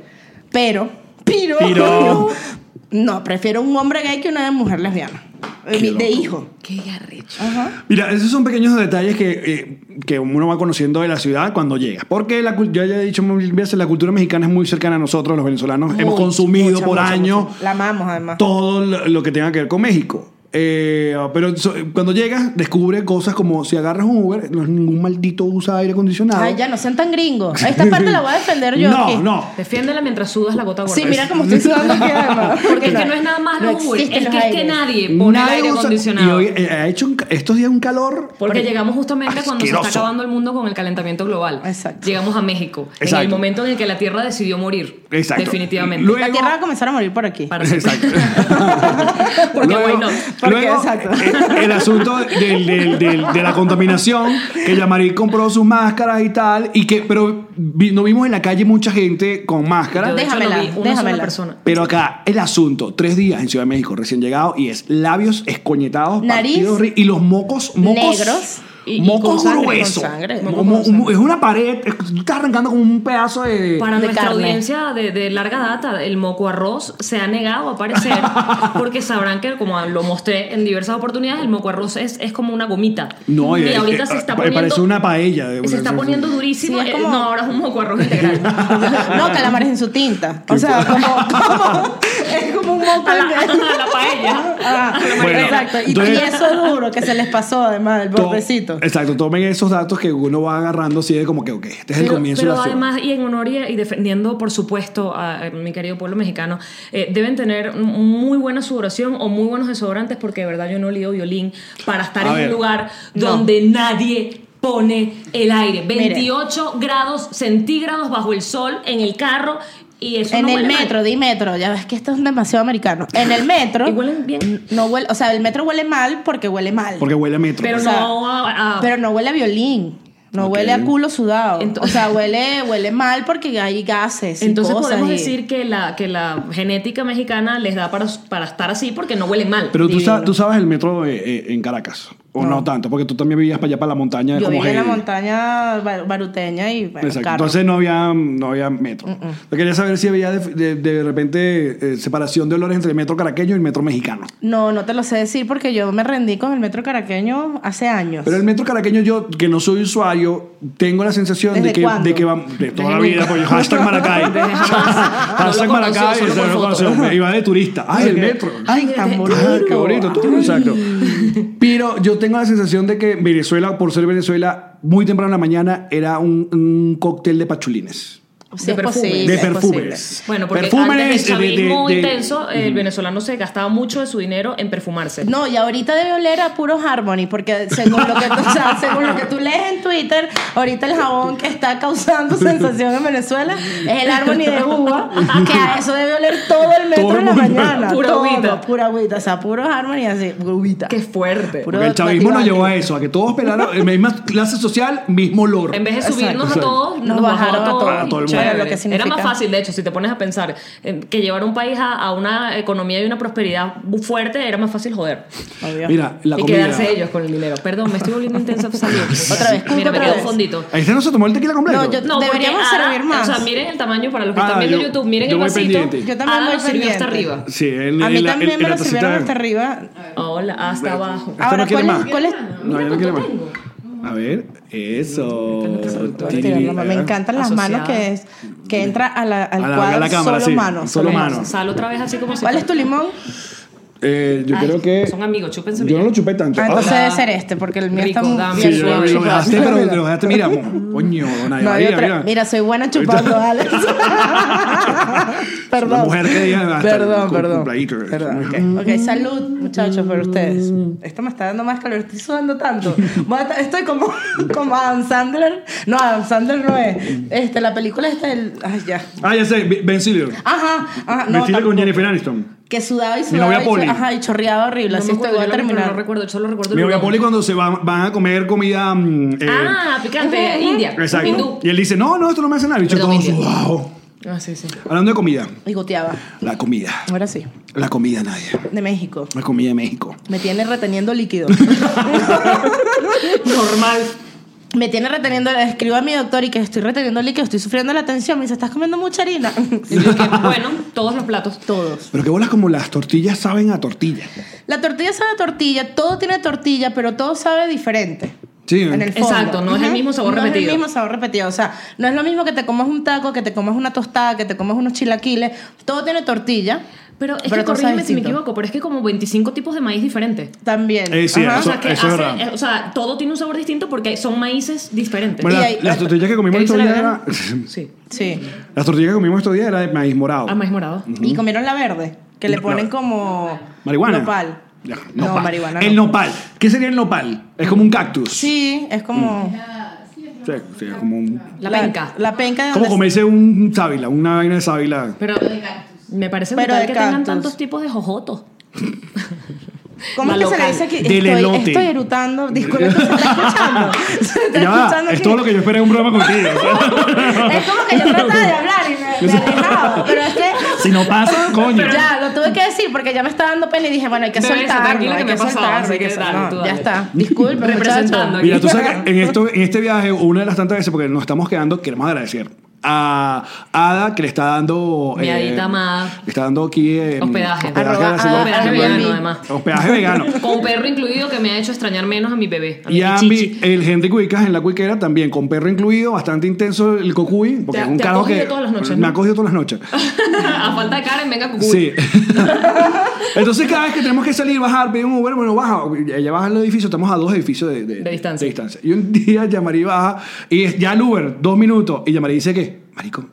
Speaker 9: Pero, pero,
Speaker 1: Pero.
Speaker 9: no, prefiero un hombre gay que una mujer lesbiana. Eh,
Speaker 1: Qué
Speaker 9: de
Speaker 1: loco.
Speaker 9: hijo.
Speaker 6: Qué arrecho.
Speaker 1: Mira, esos son pequeños detalles que, eh, que uno va conociendo de la ciudad cuando llega. Porque la, cul- yo ya he dicho mil veces, la cultura mexicana es muy cercana a nosotros, los venezolanos. Hemos
Speaker 9: Mucho,
Speaker 1: consumido
Speaker 9: mucho,
Speaker 1: por
Speaker 9: mucho,
Speaker 1: años
Speaker 9: mucho. La amamos, además.
Speaker 1: todo lo lo que tenga que ver con México. Eh, pero so- cuando llegas, descubre cosas como si agarras un Uber, no es ningún maldito usa aire acondicionado.
Speaker 9: Ay, ya no sean tan gringos. Esta parte la voy a defender yo.
Speaker 1: no,
Speaker 9: aquí.
Speaker 1: no.
Speaker 6: Defiéndela mientras sudas la gota gorda.
Speaker 9: Sí, mira cómo estoy sudando aquí, además.
Speaker 6: Porque es que no es nada más
Speaker 9: No
Speaker 6: los Uber,
Speaker 9: existen
Speaker 6: es que
Speaker 9: los
Speaker 6: es que
Speaker 9: aires.
Speaker 6: nadie pone el
Speaker 1: Nadie
Speaker 6: aire
Speaker 1: usa-
Speaker 6: acondicionado.
Speaker 1: Y hoy eh, ha hecho un ca- estos días un calor.
Speaker 6: Porque llegamos justamente cuando se está
Speaker 1: Asqueroso.
Speaker 6: acabando el mundo con el calentamiento global.
Speaker 9: Exacto.
Speaker 6: Llegamos a México, en
Speaker 1: Exacto.
Speaker 6: el momento en el que la Tierra decidió morir.
Speaker 1: Exacto.
Speaker 6: Definitivamente.
Speaker 1: Luego-
Speaker 9: La tierra va a comenzar a morir por aquí.
Speaker 6: Para siempre. Porque why
Speaker 1: luego,
Speaker 6: not?
Speaker 9: Porque,
Speaker 1: luego,
Speaker 9: exacto.
Speaker 1: eh, el asunto del- del- del- de la contaminación, que Yamari compró sus máscaras y tal, y que, pero vi- no vimos en la calle mucha gente con
Speaker 6: Yo,
Speaker 1: máscaras.
Speaker 6: de hecho,
Speaker 9: Déjamela,
Speaker 6: no vi una sola
Speaker 9: déjamela.
Speaker 6: persona.
Speaker 1: Pero acá, el asunto, tres días en Ciudad de México, recién llegado, y es labios escoñetados,
Speaker 9: Nariz.
Speaker 1: partidos ri- y los mocos, mocos
Speaker 9: Negros.
Speaker 6: Y- y
Speaker 1: mocos
Speaker 9: con sangre,
Speaker 1: gruesos.
Speaker 9: con sangre.
Speaker 1: Mo- mo- mo- es una pared, es- tú estás arrancando como un pedazo de.
Speaker 6: Para
Speaker 9: de
Speaker 6: nuestra
Speaker 9: carne.
Speaker 6: audiencia de, de larga data, el moco arroz se ha negado a aparecer porque sabrán que, como lo mostré en diversas oportunidades, el moco arroz es, es como una gomita.
Speaker 1: No,
Speaker 6: y
Speaker 1: es-
Speaker 6: ahorita
Speaker 1: es-
Speaker 6: se está
Speaker 1: eh,
Speaker 6: poniendo.
Speaker 1: parece una paella de-
Speaker 6: Se está poniendo durísimo.
Speaker 9: Sí, es
Speaker 6: Eh,
Speaker 9: como-
Speaker 6: No, ahora es un moco arroz integral.
Speaker 9: No, calamares en su tinta. O sea, como, como- es como un moco
Speaker 6: a, la,
Speaker 9: de-
Speaker 6: a la paella.
Speaker 9: Ah,
Speaker 1: Bueno,
Speaker 9: exacto. Y,
Speaker 1: entonces-
Speaker 9: y eso duro que se les pasó, además, del
Speaker 1: To-
Speaker 9: bordecito.
Speaker 1: Exacto, tomen esos datos que uno va agarrando así de como que, ok, este es el
Speaker 6: Pero,
Speaker 1: comienzo
Speaker 6: pero
Speaker 1: de la ciudad.
Speaker 6: además, y en honor y, y defendiendo, por supuesto, a, a mi querido pueblo mexicano, eh, deben tener un- muy buena sudoración o muy buenos desodorantes, porque de verdad yo no lío violín para estar
Speaker 1: A
Speaker 6: en
Speaker 1: ver.
Speaker 6: un lugar donde nadie pone el aire. 28 grados centígrados bajo el sol en el carro y eso
Speaker 9: En
Speaker 6: no
Speaker 9: el
Speaker 6: huele mal.
Speaker 9: metro, di metro. Ya ves que esto es demasiado americano. En el metro.
Speaker 6: Y huelen bien.
Speaker 9: No huele, o sea, el metro huele mal porque huele mal.
Speaker 1: Porque huele a metro. pues.
Speaker 6: Pero
Speaker 9: O sea,
Speaker 6: no a- a-
Speaker 9: Pero no huele a violín. No
Speaker 1: Ok.
Speaker 9: huele a culo sudado.
Speaker 6: Ento-
Speaker 9: o sea, huele, huele mal porque hay gases. y
Speaker 6: Entonces
Speaker 9: cosas
Speaker 6: podemos
Speaker 9: y-
Speaker 6: decir que la, que la genética mexicana les da para, para estar así porque no huelen mal.
Speaker 1: Pero tú,
Speaker 6: divino.
Speaker 1: sa- tú sabes el metro eh, eh, en Caracas. O no. tanto, porque tú también vivías para allá, para la montaña.
Speaker 9: Yo
Speaker 1: como
Speaker 9: vivo en la
Speaker 1: heavy.
Speaker 9: montaña bar- baruteña y bueno,
Speaker 1: Exacto.
Speaker 9: carro.
Speaker 1: Entonces no había, no había metro. Yo quería saber si había de, de- de repente eh, separación de olores entre el metro caraqueño y el metro mexicano.
Speaker 9: No, no te lo sé decir porque yo me rendí con el metro caraqueño hace años.
Speaker 1: Pero el metro caraqueño, yo que no soy usuario, tengo la sensación de
Speaker 9: ¿Desde
Speaker 1: que,
Speaker 9: cuándo?
Speaker 1: de que va de toda la
Speaker 6: Desde
Speaker 1: vida.
Speaker 6: nunca.
Speaker 1: pues, hashtag Maracay.
Speaker 6: Desde jamás.
Speaker 1: hashtag
Speaker 6: No lo conoció,
Speaker 1: Maracay.
Speaker 6: solo
Speaker 1: o sea,
Speaker 6: por
Speaker 1: no
Speaker 6: foto.
Speaker 1: conoció. Me Iba de turista. ¡Ay, el metro!
Speaker 9: Ay, tan bonito.
Speaker 1: Ah, qué bonito, tú, exacto. Pero yo tengo la sensación de que Venezuela, por ser Venezuela, muy temprano en la mañana era un, un cóctel de pachulines.
Speaker 9: Sí,
Speaker 6: de
Speaker 9: es
Speaker 6: perfume.
Speaker 9: posible,
Speaker 1: De
Speaker 9: es posible.
Speaker 1: perfumes.
Speaker 6: Bueno, porque antes del
Speaker 1: eh, de- de-
Speaker 6: chavismo
Speaker 1: de-
Speaker 6: intenso, el venezolano se gastaba mucho de su dinero en perfumarse.
Speaker 9: No, y ahorita debe oler a puro Harmony, porque según lo, que tú, o sea, según lo que tú lees en Twitter, ahorita el jabón que está causando sensación en Venezuela es el Harmony de uva, que a eso debe oler todo el metro
Speaker 1: Todo el
Speaker 9: en la
Speaker 1: mundo.
Speaker 9: mañana.
Speaker 6: Pura
Speaker 9: todo,
Speaker 6: agüita.
Speaker 9: Pura agüita, o sea, puro Harmony así, uvita.
Speaker 6: ¡Qué fuerte!
Speaker 9: Puro
Speaker 1: Porque el chavismo nos
Speaker 9: Batibati.
Speaker 1: llevó a eso, a que todos pelaron, en misma clase social, mismo olor.
Speaker 6: En vez de subirnos
Speaker 1: Exacto.
Speaker 6: a todos,
Speaker 9: Nos
Speaker 6: nos bajaron a todos.
Speaker 1: A todo el
Speaker 6: Chévere.
Speaker 1: mundo.
Speaker 9: Bueno, lo que
Speaker 6: Era
Speaker 9: significa.
Speaker 6: más fácil, de hecho, si te pones a pensar eh, que llevar un país a, a una economía y una prosperidad fuerte era más fácil joder.
Speaker 9: Obvio.
Speaker 1: Mira, la
Speaker 6: y
Speaker 1: comida.
Speaker 6: quedarse ellos con el dinero. Perdón, me estoy volviendo intensa. Salud.
Speaker 9: Otra vez,
Speaker 6: Mira, me
Speaker 9: otra
Speaker 6: quedó
Speaker 9: vez.
Speaker 6: fondito.
Speaker 1: Ahí se no se tomó el tequila completo.
Speaker 9: No, yo-
Speaker 6: No,
Speaker 9: Deberíamos
Speaker 6: porque Ada-
Speaker 9: servir más.
Speaker 6: O sea, miren el tamaño para los que
Speaker 1: Ah,
Speaker 6: están viendo
Speaker 1: yo-
Speaker 6: YouTube. Miren
Speaker 1: yo
Speaker 6: el
Speaker 1: voy
Speaker 6: vasito.
Speaker 1: pendiente.
Speaker 9: Yo también
Speaker 6: Ada
Speaker 9: voy
Speaker 6: lo sirvió hasta
Speaker 9: pendiente.
Speaker 6: arriba.
Speaker 1: Sí, en-
Speaker 9: A
Speaker 1: en
Speaker 9: mí
Speaker 1: la-
Speaker 9: también
Speaker 1: en-
Speaker 9: me
Speaker 1: en la
Speaker 9: lo sirvieron
Speaker 1: tacita-
Speaker 9: hasta arriba.
Speaker 6: Hola, hasta abajo.
Speaker 1: Esta no
Speaker 9: Ahora,
Speaker 1: quiere
Speaker 9: ¿cuál
Speaker 1: más.
Speaker 9: es, cuál es?
Speaker 1: No, ya no quiere más.
Speaker 6: tengo.
Speaker 1: A ver, eso.
Speaker 9: Ay, qué
Speaker 1: Tiri-
Speaker 9: lindo, Me encantan las
Speaker 6: Asociada.
Speaker 9: manos que, es- que entra a la, al
Speaker 1: eh, A la- a la
Speaker 9: cuadro
Speaker 1: cámara,
Speaker 9: solo
Speaker 1: sí.
Speaker 9: manos.
Speaker 1: Solo manos.
Speaker 6: Sal otra vez así como si.
Speaker 9: ¿Cuál es tu limón?
Speaker 1: Eh, yo
Speaker 6: Ay,
Speaker 1: creo que.
Speaker 6: Son amigos, chúpense
Speaker 1: Yo no lo chupé tanto.
Speaker 9: Ah,
Speaker 1: Ah,
Speaker 9: entonces
Speaker 6: Ah.
Speaker 9: debe ser este, porque el mío
Speaker 6: Rico,
Speaker 9: está muy-
Speaker 6: dame.
Speaker 1: sí,
Speaker 9: bien
Speaker 1: yo lo,
Speaker 9: chupado.
Speaker 1: lo dejaste, pero te lo dejaste. Mira, mo- coño, Dona
Speaker 9: No hay
Speaker 1: María,
Speaker 9: otra.
Speaker 1: mira.
Speaker 9: Mira, soy buena chupando, Alex. perdón.
Speaker 1: Una mujer que diga, "Basta,
Speaker 9: Perdón,
Speaker 1: con-
Speaker 9: perdón.
Speaker 1: cumpleaños". Mm.
Speaker 9: Perdón, ok. Ok, salud, muchachos, por ustedes. Esto me está dando más calor, estoy sudando tanto. Voy a estar- Estoy como, como Adam Sandler. No, Adam Sandler no es. Este, la película está el. Ay, ya.
Speaker 1: Ah, ya sé, Ben Stiller.
Speaker 9: Ajá, ajá. No,
Speaker 1: Vestida con
Speaker 9: tampoco.
Speaker 1: Jennifer Aniston.
Speaker 9: Que sudaba y
Speaker 1: Mi novia
Speaker 9: sudaba. Y, cho-
Speaker 1: Polly.
Speaker 9: ajá, y chorreaba horrible.
Speaker 6: No
Speaker 9: Así
Speaker 6: me
Speaker 9: estoy,
Speaker 6: acuerdo
Speaker 9: voy a
Speaker 6: el nombre, pero No
Speaker 9: terminar.
Speaker 6: recuerdo, yo solo recuerdo el
Speaker 1: Mi novia
Speaker 6: nombre.
Speaker 1: Polly cuando se va- van a comer comida. mm, eh,
Speaker 6: Ah, picante, india.
Speaker 1: Exacto.
Speaker 6: Hindú.
Speaker 1: Y él dice, no, no, esto no me hace nada. El bicho
Speaker 6: Perdón,
Speaker 1: todo
Speaker 6: India.
Speaker 1: sudado.
Speaker 6: Ah, sí, sí.
Speaker 1: Hablando de comida.
Speaker 9: Y goteaba.
Speaker 1: La comida.
Speaker 9: Ahora sí.
Speaker 1: La comida, nadie.
Speaker 9: De México.
Speaker 1: La comida de México.
Speaker 9: Me tiene reteniendo líquido.
Speaker 6: Normal.
Speaker 9: Me tiene reteniendo, le escribo a mi doctor y que estoy reteniendo líquido, estoy sufriendo la tensión. Me dice, ¿estás comiendo mucha harina?
Speaker 6: Y yo que, bueno, todos los platos.
Speaker 9: Todos.
Speaker 1: Pero que bolas como las tortillas saben a tortilla.
Speaker 9: La tortilla sabe a tortilla, todo tiene tortilla, pero todo sabe diferente.
Speaker 1: Sí.
Speaker 9: En el fondo.
Speaker 6: Exacto, no es el mismo sabor
Speaker 9: no es
Speaker 6: repetido.
Speaker 9: el mismo sabor repetido. O sea, no es lo mismo que te comas un taco, que te comas una tostada, que te comas unos chilaquiles. Todo tiene tortilla.
Speaker 6: Pero es que
Speaker 9: todo sabe
Speaker 6: corrígeme si me
Speaker 9: distinto.
Speaker 6: equivoco, pero es que como 25 tipos de maíz diferentes.
Speaker 9: También.
Speaker 1: Eh, sí,
Speaker 9: Ajá.
Speaker 1: eso-
Speaker 6: o sea, que
Speaker 1: eso es
Speaker 6: hace-
Speaker 1: verdad.
Speaker 6: eh, o sea, todo tiene un sabor distinto porque son maíces diferentes.
Speaker 1: Bueno,
Speaker 9: Y
Speaker 1: la-
Speaker 9: ahí-
Speaker 1: las tortillas que comimos
Speaker 6: ¿Qué
Speaker 1: estos
Speaker 6: dice
Speaker 1: días
Speaker 6: la
Speaker 1: era,
Speaker 6: sí.
Speaker 9: Sí.
Speaker 1: las tortillas que comimos estos días era de maíz morado.
Speaker 6: Ah, maíz morado.
Speaker 9: Y comieron la verde, que le
Speaker 1: No,
Speaker 9: ponen
Speaker 1: no.
Speaker 9: como...
Speaker 1: Marihuana.
Speaker 9: Nopal.
Speaker 1: Ya,
Speaker 9: No,
Speaker 1: nopal.
Speaker 9: marihuana no.
Speaker 1: El nopal. ¿Qué sería el nopal? Es como un cactus.
Speaker 9: Sí, es como...
Speaker 1: Sí, sí, es como un-
Speaker 6: La
Speaker 9: la-
Speaker 6: penca.
Speaker 9: La penca de
Speaker 1: como
Speaker 9: donde
Speaker 1: comerse un sábila, una vaina de sábila.
Speaker 6: Pero me parece
Speaker 9: Pero
Speaker 6: brutal
Speaker 9: de
Speaker 6: que tengan
Speaker 9: cactus.
Speaker 6: tantos tipos de jojotos.
Speaker 9: ¿Cómo es que se
Speaker 6: Malocal.
Speaker 9: le dice aquí?
Speaker 1: Del
Speaker 9: estoy,
Speaker 1: elote.
Speaker 9: estoy erutando. Disculpe, se está escuchando. Se está
Speaker 1: Ya va,
Speaker 9: escuchando
Speaker 1: es
Speaker 9: aquí.
Speaker 1: todo lo que yo esperé en un programa contigo.
Speaker 9: Es como que yo trataba de hablar y me, me alejaba. Pero es que
Speaker 1: si no pasa, coño.
Speaker 9: ya, lo tuve que decir porque ya me está dando pena y dije, bueno, hay que
Speaker 6: Bebé, está
Speaker 9: soltarlo.
Speaker 6: tranquila
Speaker 9: hay
Speaker 6: que me
Speaker 9: que
Speaker 6: ha pasado,
Speaker 9: soltarlo.
Speaker 6: así
Speaker 9: hay que
Speaker 6: que dale,
Speaker 9: soltarlo.
Speaker 6: tú
Speaker 9: ya
Speaker 6: dale.
Speaker 9: está. Disculpe,
Speaker 6: Representando.
Speaker 9: muchacho.
Speaker 1: Mira, tú sabes que en, esto, en este viaje, una de las tantas veces, porque nos estamos quedando, queremos agradecer a Ada que le está dando. eh,
Speaker 6: Mi Adita amada.
Speaker 1: Le está dando aquí. eh,
Speaker 6: Hospedaje.
Speaker 1: a la
Speaker 9: Arroba
Speaker 1: semana.
Speaker 9: Ada
Speaker 6: Hospedaje
Speaker 9: Airbnb.
Speaker 6: vegano, además.
Speaker 1: Hospedaje vegano.
Speaker 6: Con perro incluido que me ha hecho extrañar menos a mi bebé. A mi
Speaker 1: Y Ambi,
Speaker 6: chichi.
Speaker 1: el Henry Cuicas en la cuiquera también, con perro incluido, bastante intenso el cocuy, porque
Speaker 6: Te-
Speaker 1: es un
Speaker 6: te ha
Speaker 1: carajo
Speaker 6: cogido
Speaker 1: que.
Speaker 6: todas las noches,
Speaker 1: Me
Speaker 6: ¿no? Ah,
Speaker 1: ha cogido todas las noches.
Speaker 6: a falta de Karen, venga cucú.
Speaker 1: Sí. Entonces, cada vez que tenemos que salir, bajar, pedir un Uber, bueno, baja. Ella baja el edificio, estamos a dos edificios de,
Speaker 6: De distancia.
Speaker 1: Y un día Yamari baja y es ya el Uber, dos minutos. Y Yamari dice que, Marico,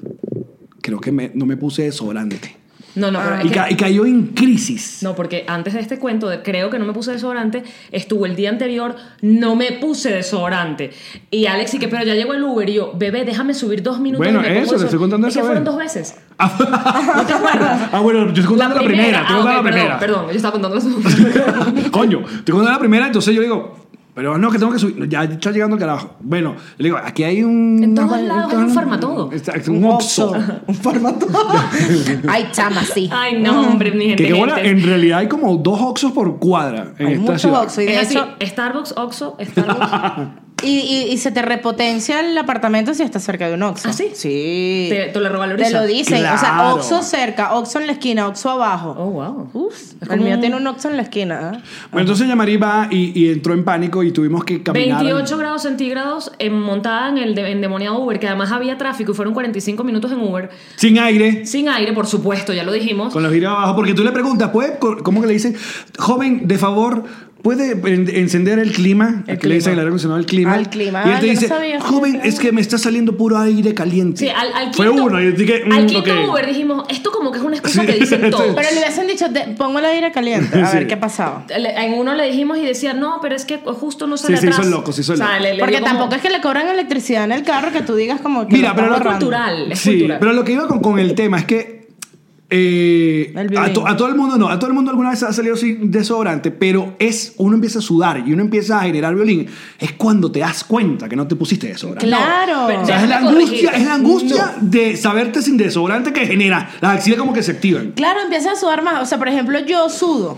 Speaker 1: creo que me- no me puse desodorante.
Speaker 6: No, no, pero es
Speaker 1: Y,
Speaker 6: que-
Speaker 1: ca- y cayó en crisis.
Speaker 6: No, porque antes de este cuento, de, creo que no me puse desodorante, estuvo el día anterior, no me puse desodorante. Y Alex, y que, pero ya llegó el Uber, y yo, bebé, déjame subir dos minutos.
Speaker 1: Bueno,
Speaker 6: y me pongo
Speaker 1: eso, te estoy
Speaker 6: desodorante".
Speaker 1: contando
Speaker 6: Es
Speaker 1: esa
Speaker 6: que fueron
Speaker 1: vez.
Speaker 6: dos veces.
Speaker 1: Ah, Ah, bueno, yo estoy contando la primera. estoy
Speaker 6: ah,
Speaker 1: contando la
Speaker 6: ok, perdón,
Speaker 1: primera.
Speaker 6: Perdón, yo estaba contando la segunda.
Speaker 1: Coño, te cuando era la primera, entonces yo digo, pero no, que tengo que subir. Ya está llegando el carajo. Bueno, le digo, aquí hay un.
Speaker 6: En todos
Speaker 1: una-
Speaker 6: lados hay un farmatodo.
Speaker 1: Exacto, un oxo.
Speaker 9: Un formato.
Speaker 1: eh,
Speaker 9: Ay, chama, sí.
Speaker 6: Ay, no, hombre, mi gente.
Speaker 1: Que qué bola,
Speaker 6: gente.
Speaker 1: en realidad hay como dos oxos por cuadra en
Speaker 9: Hay
Speaker 1: esta
Speaker 9: mucho
Speaker 1: ciudad.
Speaker 9: boxo. Y de
Speaker 6: Es así,
Speaker 9: hecho,
Speaker 6: Starbucks, Oxxo, Starbucks.
Speaker 9: y, y- y se te repotencia el apartamento si estás cerca de un Oxxo.
Speaker 6: ¿Ah, sí?
Speaker 9: Sí.
Speaker 6: te, te lo revaloriza.
Speaker 9: Te lo dicen. O sea,
Speaker 1: Claro.
Speaker 9: Oxxo cerca, Oxxo en la esquina, Oxxo abajo.
Speaker 6: Oh, wow.
Speaker 9: Uf, el mío tiene un Oxxo en la esquina. ¿ah?
Speaker 1: Bueno, entonces Yamari va y, y entró en pánico y tuvimos que caminar.
Speaker 6: 28 grados centígrados en, montada en el de- endemoniado Uber, que además había tráfico y fueron 45 minutos en Uber.
Speaker 1: Sin aire.
Speaker 6: Sin aire, por supuesto, ya lo dijimos.
Speaker 1: Con los giros abajo, porque tú le preguntas, ¿puede, co- ¿cómo que le dicen? Joven, de favor, ¿puede en- encender el clima? El que le dicen el aire acondicionado, el clima.
Speaker 9: Al clima.
Speaker 1: Y él
Speaker 9: Ah,
Speaker 1: te
Speaker 9: yo no
Speaker 1: dice,
Speaker 9: sabía.
Speaker 1: joven, es que me está saliendo puro aire caliente.
Speaker 6: Sí, al, al quinto,
Speaker 1: Fue uno, y yo dije,
Speaker 6: al
Speaker 1: mm,
Speaker 6: quinto
Speaker 1: ok.
Speaker 6: Uber dijimos, esto como que es una excusa
Speaker 1: Sí.
Speaker 6: que dicen todos.
Speaker 9: Pero le hubiesen dicho, "Te- pongo el aire caliente, a
Speaker 1: Sí.
Speaker 9: ver qué pasaba.
Speaker 6: Le- En uno le dijimos y decía, no, pero es que justo no sale
Speaker 1: Sí, se hizo
Speaker 6: atrás.
Speaker 1: el loco, se hizo el
Speaker 6: O sea,
Speaker 1: loco.
Speaker 6: le- le
Speaker 9: Porque
Speaker 6: dio como-
Speaker 9: tampoco es que le cobran electricidad en el carro que tú digas como que.
Speaker 1: Mira,
Speaker 9: lo
Speaker 1: pero
Speaker 9: estás
Speaker 1: lo-
Speaker 9: ahorrando.
Speaker 6: cultural, es
Speaker 1: Sí,
Speaker 6: cultural.
Speaker 1: pero lo que iba con, con el tema es que eh,
Speaker 9: El
Speaker 1: a, to-
Speaker 9: violín.
Speaker 1: a todo el mundo no, a todo el mundo alguna vez ha salido sin desodorante, pero es uno empieza a sudar y uno empieza a generar violín, es cuando te das cuenta que no te pusiste desodorante.
Speaker 9: Claro.
Speaker 6: pero-
Speaker 1: O sea, es la
Speaker 6: Déjame
Speaker 1: angustia,
Speaker 6: corregirte.
Speaker 1: es la angustia de saberte sin desodorante que genera. Las axilas como que se activan.
Speaker 9: Claro, empieza a sudar más. O sea, por ejemplo, yo sudo.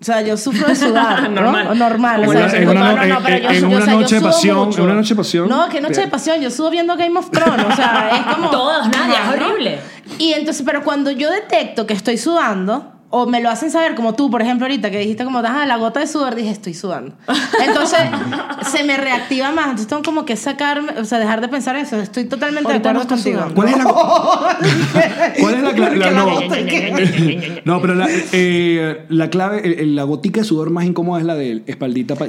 Speaker 9: O sea, yo sufro de sudar, ¿no?
Speaker 6: Normal.
Speaker 9: O Normal.
Speaker 1: Como
Speaker 9: o sea,
Speaker 1: en
Speaker 9: no,
Speaker 1: una-
Speaker 9: no, no,
Speaker 1: en-
Speaker 9: no, pero yo
Speaker 1: en
Speaker 9: sudo,
Speaker 1: una
Speaker 9: o sea, yo
Speaker 1: noche de
Speaker 9: sudo
Speaker 1: pasión,
Speaker 9: mucho.
Speaker 1: en una noche de pasión.
Speaker 9: No, qué noche de pasión. Yo sudo viendo Game of Thrones. O sea, es como...
Speaker 6: Todos, nadie, es
Speaker 9: Ajá, ¿no?
Speaker 6: horrible.
Speaker 9: Y entonces, pero cuando yo detecto que estoy sudando, o me lo hacen saber, como tú, por ejemplo, ahorita que dijiste como, ah, la gota de sudor, dije, estoy sudando. Entonces, se me reactiva más. Entonces, tengo como que sacarme, o sea, dejar de pensar eso. Estoy totalmente de
Speaker 6: Ahorita
Speaker 9: acuerdo
Speaker 6: no estoy
Speaker 9: contigo.
Speaker 1: ¿Cuál es la, ¿Cuál es la clave?
Speaker 9: Porque la
Speaker 1: no,
Speaker 9: gota es
Speaker 1: no, pero la, eh, la clave, el- el- la gotica de sudor más incómoda es la de espaldita. pa-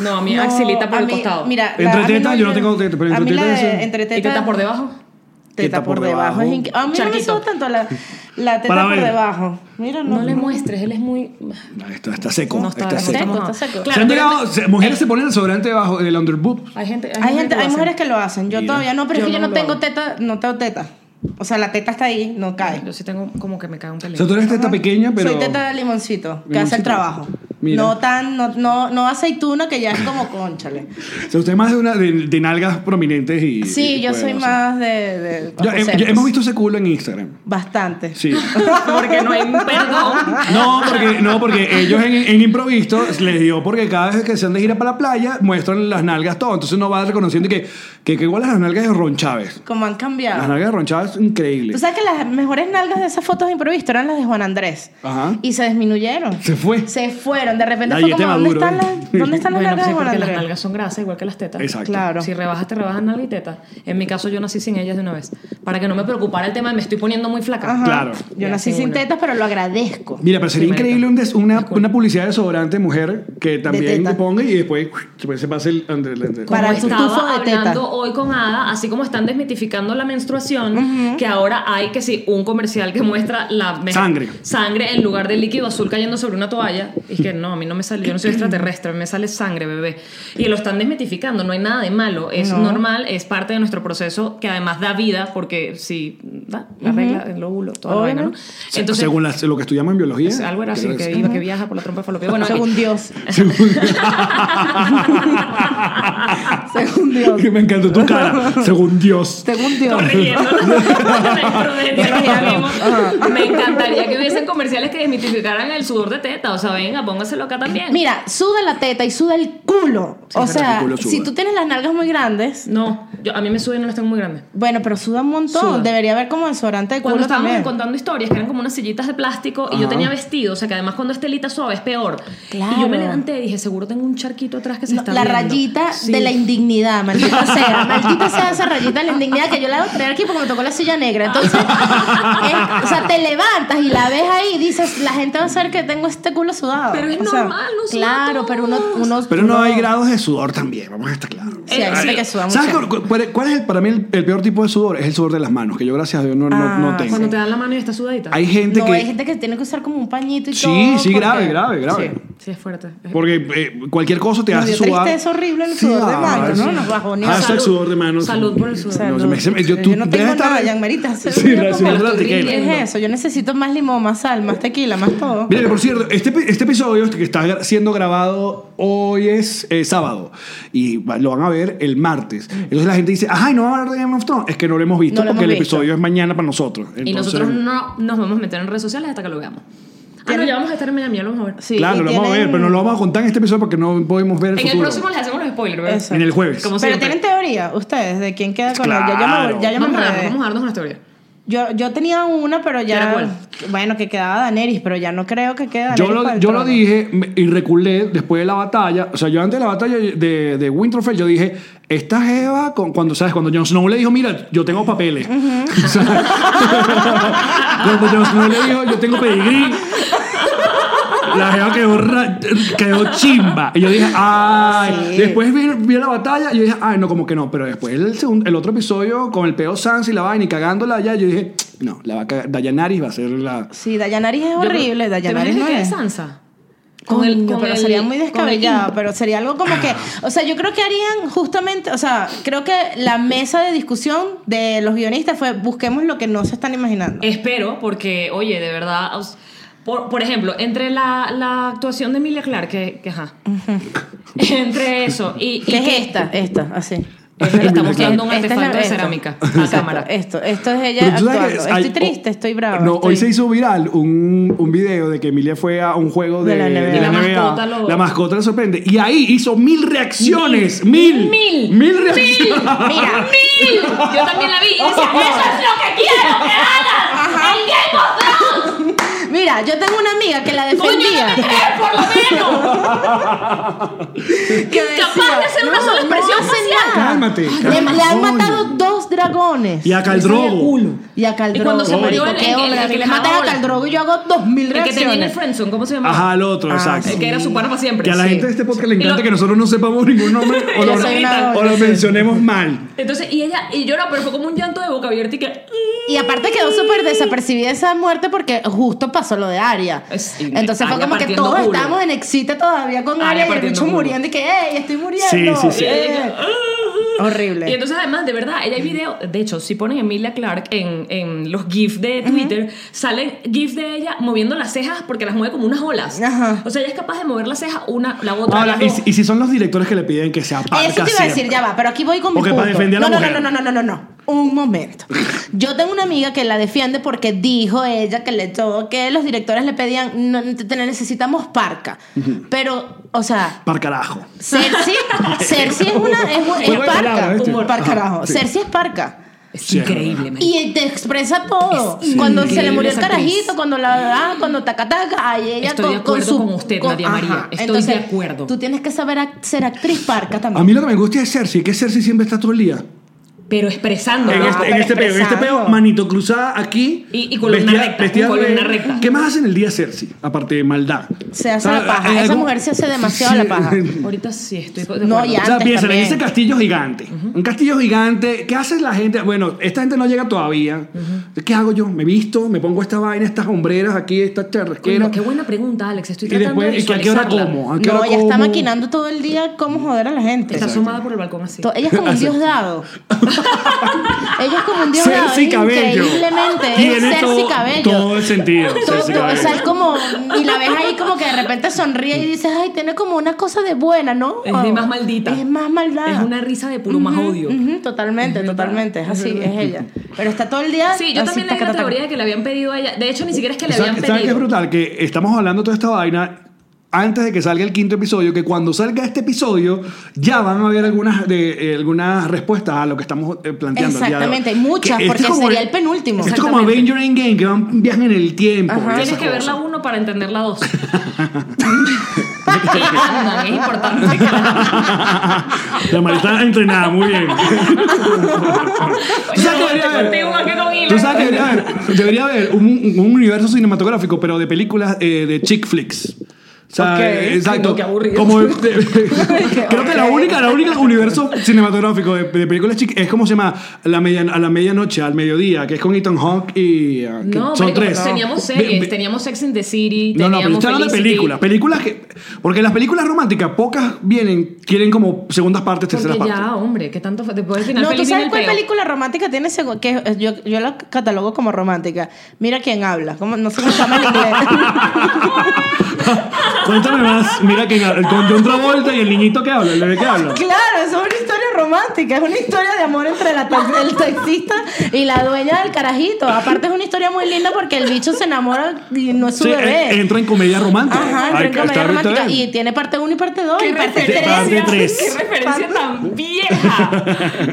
Speaker 6: No, a mí
Speaker 9: No,
Speaker 6: axilita por
Speaker 9: a
Speaker 6: el
Speaker 9: mí-
Speaker 6: costado.
Speaker 9: Mira,
Speaker 1: Entre
Speaker 9: la- a mí
Speaker 1: tetas, yo no tengo teta, pero
Speaker 9: a
Speaker 1: entre
Speaker 9: mí la
Speaker 1: tetas
Speaker 9: de-
Speaker 1: sí.
Speaker 9: entre
Speaker 6: ¿Y qué está por debajo?
Speaker 9: Teta por debajo. es inque- A mí no me
Speaker 6: Charquito.
Speaker 9: suda tanto la, la teta
Speaker 1: Para
Speaker 9: por
Speaker 1: ver.
Speaker 9: debajo. Mira, no.
Speaker 6: No le muestres, él es muy...
Speaker 1: No, esto está seco.
Speaker 6: No
Speaker 1: está,
Speaker 6: está, no
Speaker 1: seco.
Speaker 6: estamos-
Speaker 9: Está seco.
Speaker 1: Se
Speaker 6: Claro,
Speaker 1: han
Speaker 6: pero-
Speaker 1: llegado- se- mujeres se ponen desodorante debajo del underboob.
Speaker 6: Hay gente, hay
Speaker 9: Hay,
Speaker 6: gente
Speaker 9: gente,
Speaker 6: que lo
Speaker 9: hay
Speaker 6: hace.
Speaker 9: mujeres que lo hacen. Yo
Speaker 1: Mira.
Speaker 9: todavía no, pero
Speaker 6: Yo
Speaker 9: es que yo
Speaker 6: no
Speaker 9: no,
Speaker 6: lo
Speaker 9: tengo
Speaker 6: hago.
Speaker 9: teta, no tengo teta. O sea, la teta está ahí, no cae.
Speaker 6: Yo sí tengo como que me cae un
Speaker 1: O
Speaker 6: pelín.
Speaker 1: sea, tú eres teta pequeña, pero.
Speaker 9: Soy teta de limoncito, que
Speaker 1: Limoncito.
Speaker 9: hace el trabajo.
Speaker 1: Mira.
Speaker 9: No tan, no, no, no aceituna que ya es como conchale.
Speaker 1: O sea, usted es más de, una, de, de nalgas prominentes y.
Speaker 9: Sí,
Speaker 1: y-
Speaker 9: yo
Speaker 1: bueno,
Speaker 9: soy
Speaker 1: sí.
Speaker 9: más de, de
Speaker 1: Yo- he- yo-
Speaker 9: conceptos.
Speaker 1: hemos visto ese culo en Instagram.
Speaker 9: bastante.
Speaker 1: Sí.
Speaker 6: Porque no hay perdón.
Speaker 1: No, porque, no, porque ellos en, en improviso les dio porque cada vez que se han de gira para la playa muestran las nalgas todo. Entonces no va reconociendo que, que, que igual las nalgas de Ron Chávez.
Speaker 9: Como han
Speaker 1: Las
Speaker 9: cambiado.
Speaker 1: nalgas de Ron Chávez son
Speaker 9: Tú
Speaker 1: increíbles.
Speaker 9: sabes que las mejores nalgas de esas fotos de improviso eran las de Juan Andrés.
Speaker 1: Ajá.
Speaker 9: Y se disminuyeron.
Speaker 1: Se fue.
Speaker 9: Se fueron. De repente
Speaker 1: La
Speaker 9: fue
Speaker 1: dieta
Speaker 9: como, ¿dónde
Speaker 1: Maduro,
Speaker 9: están
Speaker 1: ¿eh?
Speaker 9: las, ¿dónde están las
Speaker 6: este Bueno,
Speaker 9: nalgas
Speaker 6: sí,
Speaker 9: de Juan
Speaker 6: porque las
Speaker 9: Andrés?
Speaker 6: nalgas son grasas igual que las tetas.
Speaker 1: Exacto.
Speaker 9: Claro.
Speaker 6: Si rebajas, te rebajas nalga y teta. En mi caso, yo nací sin ellas de una vez. Para que no me preocupara el tema de me estoy poniendo muy flaca.
Speaker 9: Ajá.
Speaker 1: Claro.
Speaker 9: Yo
Speaker 6: Ya,
Speaker 9: nací
Speaker 6: sí,
Speaker 9: sin
Speaker 6: una.
Speaker 9: tetas, pero lo agradezco.
Speaker 1: Mira, pero sería
Speaker 6: Sí, marica.
Speaker 1: increíble un des- una, una publicidad de desodorante mujer que también
Speaker 9: teta.
Speaker 1: te ponga y después, después se pase el... Under, el- el-
Speaker 9: Para
Speaker 6: Como
Speaker 9: tu
Speaker 6: estaba
Speaker 9: tufo de teta.
Speaker 6: hablando hoy con Ada, así como están desmitificando la menstruación, que ahora hay que sí, un comercial que muestra la me-
Speaker 1: Sangre.
Speaker 6: sangre en lugar del líquido azul cayendo sobre una toalla. Y es que no, a mí no me sale, yo no soy extraterrestre, a mí me sale sangre, bebé. Y lo están desmitificando, no hay nada de malo, es normal, es parte de nuestro proceso que además da vida, porque si da la regla, el óvulo, toda la vaina, ¿no?
Speaker 1: Se- según las- lo que estudiamos en biología.
Speaker 6: Pues, algo era así,
Speaker 1: creo
Speaker 6: que,
Speaker 1: es-
Speaker 6: iba, que viaja por la trompa de falopio. Bueno, eh,
Speaker 9: Según Dios. Según Dios.
Speaker 1: Que me encantó tu cara. Según Dios.
Speaker 9: Según Dios.
Speaker 6: corrigiéndonos la imprudencia que
Speaker 9: Corrigiendo.
Speaker 6: tuvimos. Me encantaría que hubiesen comerciales que desmitificaran el sudor de teta. O sea, venga, póngaselo acá también.
Speaker 9: Mira, suda la teta y suda el culo. o
Speaker 1: verdad,
Speaker 9: sea,
Speaker 1: el culo suda.
Speaker 9: si tú tienes las nalgas muy grandes,
Speaker 6: No, yo, a mí me suben no las tengo muy grandes.
Speaker 9: bueno, pero suda un montón.
Speaker 6: Suda.
Speaker 9: Debería haber como desodorante de
Speaker 6: Cuando
Speaker 9: culo
Speaker 6: estábamos
Speaker 9: también.
Speaker 6: contando historias, que eran como unas sillitas de plástico, y yo tenía vestido, o sea que además cuando es telita suave es peor.
Speaker 9: Claro.
Speaker 6: Y yo me levanté y dije, seguro tengo un charquito atrás que se
Speaker 9: No,
Speaker 6: está
Speaker 9: la
Speaker 6: viendo".
Speaker 9: rayita
Speaker 6: Sí.
Speaker 9: de la indignidad, maldita sea. Maldita sea esa rayita de la indignidad que yo la debo traer aquí porque me tocó la silla negra. Entonces, es- o sea, te levantas y la ves ahí y dices, la gente va a saber que tengo este culo sudado.
Speaker 6: Pero es
Speaker 9: O sea,
Speaker 6: normal, no suda
Speaker 9: Claro, pero uno,
Speaker 6: todos.
Speaker 9: unos.
Speaker 1: Pero no hay grados de sudor también, vamos a estar claros.
Speaker 9: Sí, hay
Speaker 6: Eh,
Speaker 9: gente
Speaker 6: sí.
Speaker 9: que suda
Speaker 1: ¿Sabes
Speaker 9: mucho.
Speaker 1: cu- cuál, cuál es el- para mí el, el peor tipo de sudor? Es el sudor de las manos, que yo gracias a Dios no, no-
Speaker 9: Ah,
Speaker 1: no tengo.
Speaker 6: Cuando te dan la mano y está sudadita.
Speaker 1: Hay gente
Speaker 9: No,
Speaker 1: que...
Speaker 9: hay gente que tiene que usar como un pañito y todo.
Speaker 1: sí, sí,
Speaker 9: porque-
Speaker 1: grave, grave, grave.
Speaker 6: Sí, es fuerte. Es-
Speaker 1: Porque eh, cualquier cosa te
Speaker 9: Nos
Speaker 1: hace
Speaker 9: dio
Speaker 1: sudar.
Speaker 9: tristeza horrible el
Speaker 1: Sí,
Speaker 9: sudor de
Speaker 1: ah,
Speaker 9: mano,
Speaker 1: sí.
Speaker 9: ¿no? Nos bajoneó.
Speaker 1: Hashtag
Speaker 6: Salud.
Speaker 1: sudor de mano.
Speaker 6: Salud por el sudor.
Speaker 1: No, se me- se me- yo,
Speaker 9: Yo
Speaker 1: tú
Speaker 9: no
Speaker 1: debes
Speaker 9: tengo
Speaker 1: estar-
Speaker 9: nada, Jan Marita. Se-
Speaker 1: Sí,
Speaker 9: yo no
Speaker 1: la-
Speaker 9: como-
Speaker 1: sudor de la
Speaker 6: Pero estoy
Speaker 1: tequila.
Speaker 6: riendo.
Speaker 9: ¿Qué es eso? Yo necesito más limón, más sal, más tequila, más todo.
Speaker 1: Mira, que por cierto, este, epi- este episodio que está gra- siendo grabado hoy es eh, sábado y va- lo van a ver el martes. Entonces la gente dice, ay, no van a hablar de Game of Thrones. Es que no lo hemos visto
Speaker 9: No lo
Speaker 1: porque
Speaker 9: hemos
Speaker 1: el
Speaker 9: visto.
Speaker 1: episodio es mañana para nosotros.
Speaker 6: y
Speaker 1: Entonces,
Speaker 6: nosotros no nos vamos a meter en redes sociales hasta que lo veamos. Ah, no, ya vamos a estar en Miami, ya lo vamos a ver.
Speaker 9: Sí,
Speaker 1: claro,
Speaker 9: y
Speaker 1: lo vamos a ver,
Speaker 9: tienen-
Speaker 1: pero no lo vamos a contar en este episodio porque no podemos ver el
Speaker 6: En el
Speaker 1: futuro.
Speaker 6: próximo les hacemos los spoilers, ¿verdad?
Speaker 9: Eso.
Speaker 1: En el jueves.
Speaker 6: Como
Speaker 9: Pero
Speaker 6: siempre.
Speaker 9: tienen teoría ustedes de quién queda con la-
Speaker 1: Claro.
Speaker 9: Ya yo me, ya yo me
Speaker 6: vamos, a darnos,
Speaker 9: enredé.
Speaker 6: vamos a darnos una teoría.
Speaker 9: Yo, yo tenía una, pero
Speaker 6: ¿Era
Speaker 9: ya.
Speaker 6: cuál?
Speaker 9: Bueno, que quedaba Daenerys, pero ya no creo que quede
Speaker 1: Yo
Speaker 9: Daenerys. para
Speaker 1: lo,
Speaker 9: el
Speaker 1: yo lo
Speaker 9: trono.
Speaker 1: dije me- y reculé después de la batalla. O sea, yo antes de la batalla de, de Winterfell, yo dije, esta jeva, con- cuando, ¿sabes? Cuando Jon Snow le dijo, mira, yo tengo papeles. O sea, cuando Jon Snow le dijo, yo tengo pedigrí. La jeva quedó, ra- quedó chimba. Y yo dije, ay.
Speaker 9: Sí.
Speaker 1: Después vi, vi la batalla y yo dije, ay, no, como que no. Pero después el, segundo- el otro episodio con el peo Sans y la vaina y cagándola allá, yo dije, no, la va a cagar. Dayanari va a ser la.
Speaker 9: Sí, Dayanari es horrible.
Speaker 6: ¿Te
Speaker 9: Dayanari
Speaker 6: imaginas
Speaker 9: no
Speaker 6: que quede
Speaker 9: es.
Speaker 6: Sansa?
Speaker 9: Coño, pero sería
Speaker 6: con
Speaker 9: muy
Speaker 6: el Ah.
Speaker 9: descabellado, pero sería algo como que, o sea, yo creo que harían justamente, o sea, creo que la mesa de discusión de los guionistas fue busquemos lo que no se están imaginando.
Speaker 6: Espero, porque, oye, de verdad. os- Por, por ejemplo, entre la, la actuación de Emilia Clarke, que, que ajá. entre eso y. y
Speaker 9: ¿Qué es
Speaker 6: que-
Speaker 9: esta? Esta, así.
Speaker 6: Le está mostrando un
Speaker 9: Esta es la-
Speaker 6: artefacto de
Speaker 9: esta.
Speaker 6: cerámica a
Speaker 9: Exacto,
Speaker 6: cámara.
Speaker 9: Esto, esto es ella
Speaker 1: Pero tú sabes
Speaker 9: actuando.
Speaker 1: que
Speaker 9: Estoy
Speaker 1: hay-
Speaker 9: triste, estoy brava.
Speaker 1: No, hoy se
Speaker 9: estoy-
Speaker 1: hizo viral un, un video de que Emilia fue a un juego de,
Speaker 9: De la
Speaker 1: de la,
Speaker 9: NBA.
Speaker 6: Y la
Speaker 1: NBA.
Speaker 6: mascota lo-
Speaker 1: La mascota le sorprende. Y ahí hizo mil reacciones. Mil.
Speaker 6: Mil.
Speaker 1: Mil,
Speaker 6: Mil.
Speaker 1: reacciones.
Speaker 6: Mira, mil. Yo también la vi y decía, eso es lo que quiero que hagas. El Game of Thrones.
Speaker 9: Mira, Mira, yo tengo una amiga que la defendía.
Speaker 6: por lo menos!
Speaker 9: que
Speaker 6: Capaz de
Speaker 9: decía,
Speaker 6: hacer una sola expresión
Speaker 9: hace
Speaker 6: facial.
Speaker 9: nada.
Speaker 1: Cálmate,
Speaker 9: Le-
Speaker 1: cálmate,
Speaker 9: Le, han
Speaker 1: coño.
Speaker 9: matado dos dragones.
Speaker 1: Y a Caldrogo.
Speaker 9: Y a Caldrogo.
Speaker 6: Y cuando se murió
Speaker 9: marico,
Speaker 6: el-
Speaker 9: qué
Speaker 6: el- el-
Speaker 9: obra,
Speaker 6: el que
Speaker 9: marico.
Speaker 6: les
Speaker 9: Matan
Speaker 6: daba
Speaker 9: a
Speaker 6: bola.
Speaker 9: Caldrogo y yo hago dos mil
Speaker 6: El que termina en
Speaker 9: reacciones.
Speaker 6: Friendzone, ¿cómo se llama?
Speaker 1: Ajá, el
Speaker 9: Ah,
Speaker 1: otro, exacto.
Speaker 6: El que era su pana para siempre.
Speaker 1: Que a la
Speaker 6: Sí.
Speaker 1: gente de este podcast le
Speaker 6: Y
Speaker 1: encanta
Speaker 6: lo-
Speaker 1: que nosotros no sepamos ningún nombre o lo,
Speaker 6: Yo soy
Speaker 9: una-
Speaker 1: o lo mencionemos mal.
Speaker 6: Entonces, y ella, y llora, pero fue como un llanto de boca abierta y que.
Speaker 9: Y aparte quedó súper desapercibida esa muerte porque justo pasó lo de Aria.
Speaker 6: Es- y
Speaker 9: Entonces fue
Speaker 6: Arya
Speaker 9: como que
Speaker 6: partiendo
Speaker 9: todos
Speaker 6: culo.
Speaker 9: estábamos en excite todavía con
Speaker 6: Arya
Speaker 9: Aria y el
Speaker 6: partiendo
Speaker 9: bicho
Speaker 6: culo.
Speaker 9: muriendo y que, ¡ey, estoy muriendo!
Speaker 1: Sí, sí, sí.
Speaker 6: Y ella,
Speaker 9: Eh, Horrible.
Speaker 6: Y entonces, además, de verdad, ella hay video. De hecho, si ponen Emilia Clark en, en los GIFs de Twitter, salen GIFs de ella moviendo las cejas porque las mueve como unas olas.
Speaker 9: Ajá.
Speaker 6: O sea, ella es capaz de mover la ceja una, la otra.
Speaker 1: Ahora,
Speaker 6: las
Speaker 1: y,
Speaker 6: dos.
Speaker 1: si- y si son los directores que le piden que se aparca
Speaker 9: Eso te iba a decir,
Speaker 1: siempre?
Speaker 9: ya va, pero aquí voy con mi
Speaker 1: Porque para
Speaker 9: punto.
Speaker 1: defender a la
Speaker 9: no, no,
Speaker 1: mujer.
Speaker 9: no, no, no, no, no, no. Un momento. Yo tengo una amiga que la defiende porque dijo ella que le tocó que los directores le pedían, no, te te necesitamos parca. Pero, o sea,
Speaker 1: Par carajo.
Speaker 9: Cersei, Cersei es una es, es
Speaker 1: Buena
Speaker 9: parca,
Speaker 1: palabra, ¿viste?
Speaker 9: Humor. par
Speaker 1: Ajá,
Speaker 9: carajo.
Speaker 1: sí.
Speaker 9: Cersei es parca.
Speaker 6: es
Speaker 1: Sí, es
Speaker 6: increíble, marica.
Speaker 9: Y te expresa todo.
Speaker 6: Es
Speaker 9: cuando se
Speaker 6: increíble
Speaker 9: le murió el
Speaker 6: esa actriz.
Speaker 9: carajito, cuando la ah, cuando taca taca, ahí ella
Speaker 6: Estoy de acuerdo con usted, Nadia María. Estoy de acuerdo.
Speaker 9: Tú tienes que saber act- ser actriz parca
Speaker 1: A
Speaker 9: también.
Speaker 1: mí lo que me gusta es Cersei, que Cersei siempre está todo el día.
Speaker 6: Pero expresando.
Speaker 1: en
Speaker 6: ¿no?
Speaker 1: este, en
Speaker 9: pero
Speaker 1: este peo, en este
Speaker 9: expresando.
Speaker 1: peo, manito cruzada aquí.
Speaker 6: Y- y columna recta, columna
Speaker 1: de-
Speaker 6: recta.
Speaker 1: ¿Qué más hace en el día Cersei? Aparte de maldad.
Speaker 9: Se hace la
Speaker 1: Ah,
Speaker 9: paja.
Speaker 1: hay
Speaker 9: Esa
Speaker 1: algo-
Speaker 9: mujer se hace demasiado la paja.
Speaker 6: Ahorita sí estoy. de
Speaker 9: No,
Speaker 6: acuerdo.
Speaker 9: ya.
Speaker 1: O sea,
Speaker 9: Antes
Speaker 1: piensa, en
Speaker 9: también.
Speaker 1: ese castillo gigante. Un castillo gigante. ¿Qué hace la gente? Bueno, esta gente no llega todavía. ¿Qué hago yo? Me visto, me pongo esta vaina, estas hombreras aquí, estas charrasqueras.
Speaker 6: Coño, Qué buena pregunta, Alex. Estoy
Speaker 1: y
Speaker 6: tratando
Speaker 1: después, ¿y
Speaker 6: de
Speaker 1: que ¿a qué hora
Speaker 6: visualizarla.
Speaker 1: como? ¿A qué
Speaker 9: No,
Speaker 1: hora
Speaker 9: ella está
Speaker 1: como?
Speaker 9: maquinando todo el día cómo joder a la gente.
Speaker 6: Está asomada por el balcón así.
Speaker 9: To- Ella es como un dios dado. ella es como un dios dado.
Speaker 1: Cersei Cabello.
Speaker 9: Increíblemente.
Speaker 1: Tiene
Speaker 9: Es Cersei
Speaker 1: todo,
Speaker 9: Cabello.
Speaker 1: todo el sentido.
Speaker 9: Todo-
Speaker 1: Cersei
Speaker 9: todo- o sea,
Speaker 1: Cabello.
Speaker 9: es como. Y la ves ahí como que de repente sonríe y dices, ay, tiene como una cosa de buena, ¿no? Oh,
Speaker 6: Es de más maldita.
Speaker 9: Es más maldad.
Speaker 6: Es una risa de puro más
Speaker 9: Ujú,
Speaker 6: odio.
Speaker 9: ujú, totalmente, totalmente. Es así, es ella. Pero está todo el día.
Speaker 6: Sí, yo
Speaker 9: así,
Speaker 6: también leí
Speaker 9: taca,
Speaker 6: la
Speaker 9: taca, taca.
Speaker 6: teoría de que le habían pedido a ella. De hecho, ni siquiera es que le
Speaker 1: ¿Sabes-
Speaker 6: habían
Speaker 1: ¿Sabes qué es
Speaker 6: pedido.
Speaker 1: brutal? Que estamos hablando toda esta vaina antes de que salga el quinto episodio, que cuando salga este episodio ya van a haber algunas, de, eh, algunas respuestas a lo que estamos eh, planteando. el día de hoy.
Speaker 9: Exactamente, muchas,
Speaker 1: Que esto
Speaker 9: porque
Speaker 1: es como
Speaker 9: sería el penúltimo.
Speaker 1: Esto es como
Speaker 6: Exactamente.
Speaker 1: Avenger Endgame, que van, viajan en el tiempo.
Speaker 9: Ajá.
Speaker 1: y
Speaker 6: Tienes
Speaker 1: esas
Speaker 6: que ver
Speaker 1: cosas.
Speaker 6: la 1 para entender la 2. es importante.
Speaker 1: La Mari está entrenada, muy bien. ¿Tú sabes que debería haber?
Speaker 6: Contigo, aquí con Hila.
Speaker 1: Tú sabes que debería haber, debería haber un, un- un universo cinematográfico, pero de películas eh, de chick flicks. O sea,
Speaker 6: Ok.
Speaker 1: eh, exacto.
Speaker 6: Ay, no, qué aburrido.
Speaker 1: Como de- de- creo que la única, la única universo cinematográfico de, de películas chick es como se llama a la, media, a la medianoche, al mediodía, que es con Ethan Hawke y ah, que
Speaker 6: No,
Speaker 1: son
Speaker 6: marico,
Speaker 1: tres.
Speaker 6: teníamos
Speaker 1: Ve-
Speaker 6: series,
Speaker 1: ve-
Speaker 6: teníamos Sex and the City,
Speaker 1: no, no, pero
Speaker 6: teníamos
Speaker 1: estoy hablando de
Speaker 6: Felicity.
Speaker 1: películas. Películas que. Porque las películas románticas, pocas vienen, tienen como segundas partes, terceras
Speaker 6: Porque
Speaker 1: partes.
Speaker 6: ya, hombre, que tanto fue. Después del final
Speaker 9: No, ¿tú
Speaker 6: feliz viene
Speaker 9: sabes
Speaker 6: el
Speaker 9: cuál
Speaker 6: peo.
Speaker 9: película romántica tiene segu- que eh, yo, yo la catalogo como romántica? Mira quién habla, como, no sé cómo se llama en inglés.
Speaker 1: Cuéntame más. Mira que con John Travolta y el niñito que habla, el bebé que habla.
Speaker 9: claro, eso es una historia romántica, es una historia de amor entre la ta- el taxista y la dueña del carajito. Aparte es una historia muy linda porque el bicho se enamora y no es su
Speaker 1: Sí,
Speaker 9: bebé.
Speaker 1: en- entra en comedia romántica.
Speaker 9: Ajá,
Speaker 1: Ay,
Speaker 9: entra en
Speaker 1: está
Speaker 9: comedia
Speaker 1: ahorita Ah,
Speaker 9: romántica
Speaker 1: bien.
Speaker 9: y tiene parte 1 y parte 2 y parte
Speaker 1: referencia!
Speaker 9: 3.
Speaker 1: Parte tres.
Speaker 6: ¡Qué referencia tan vieja!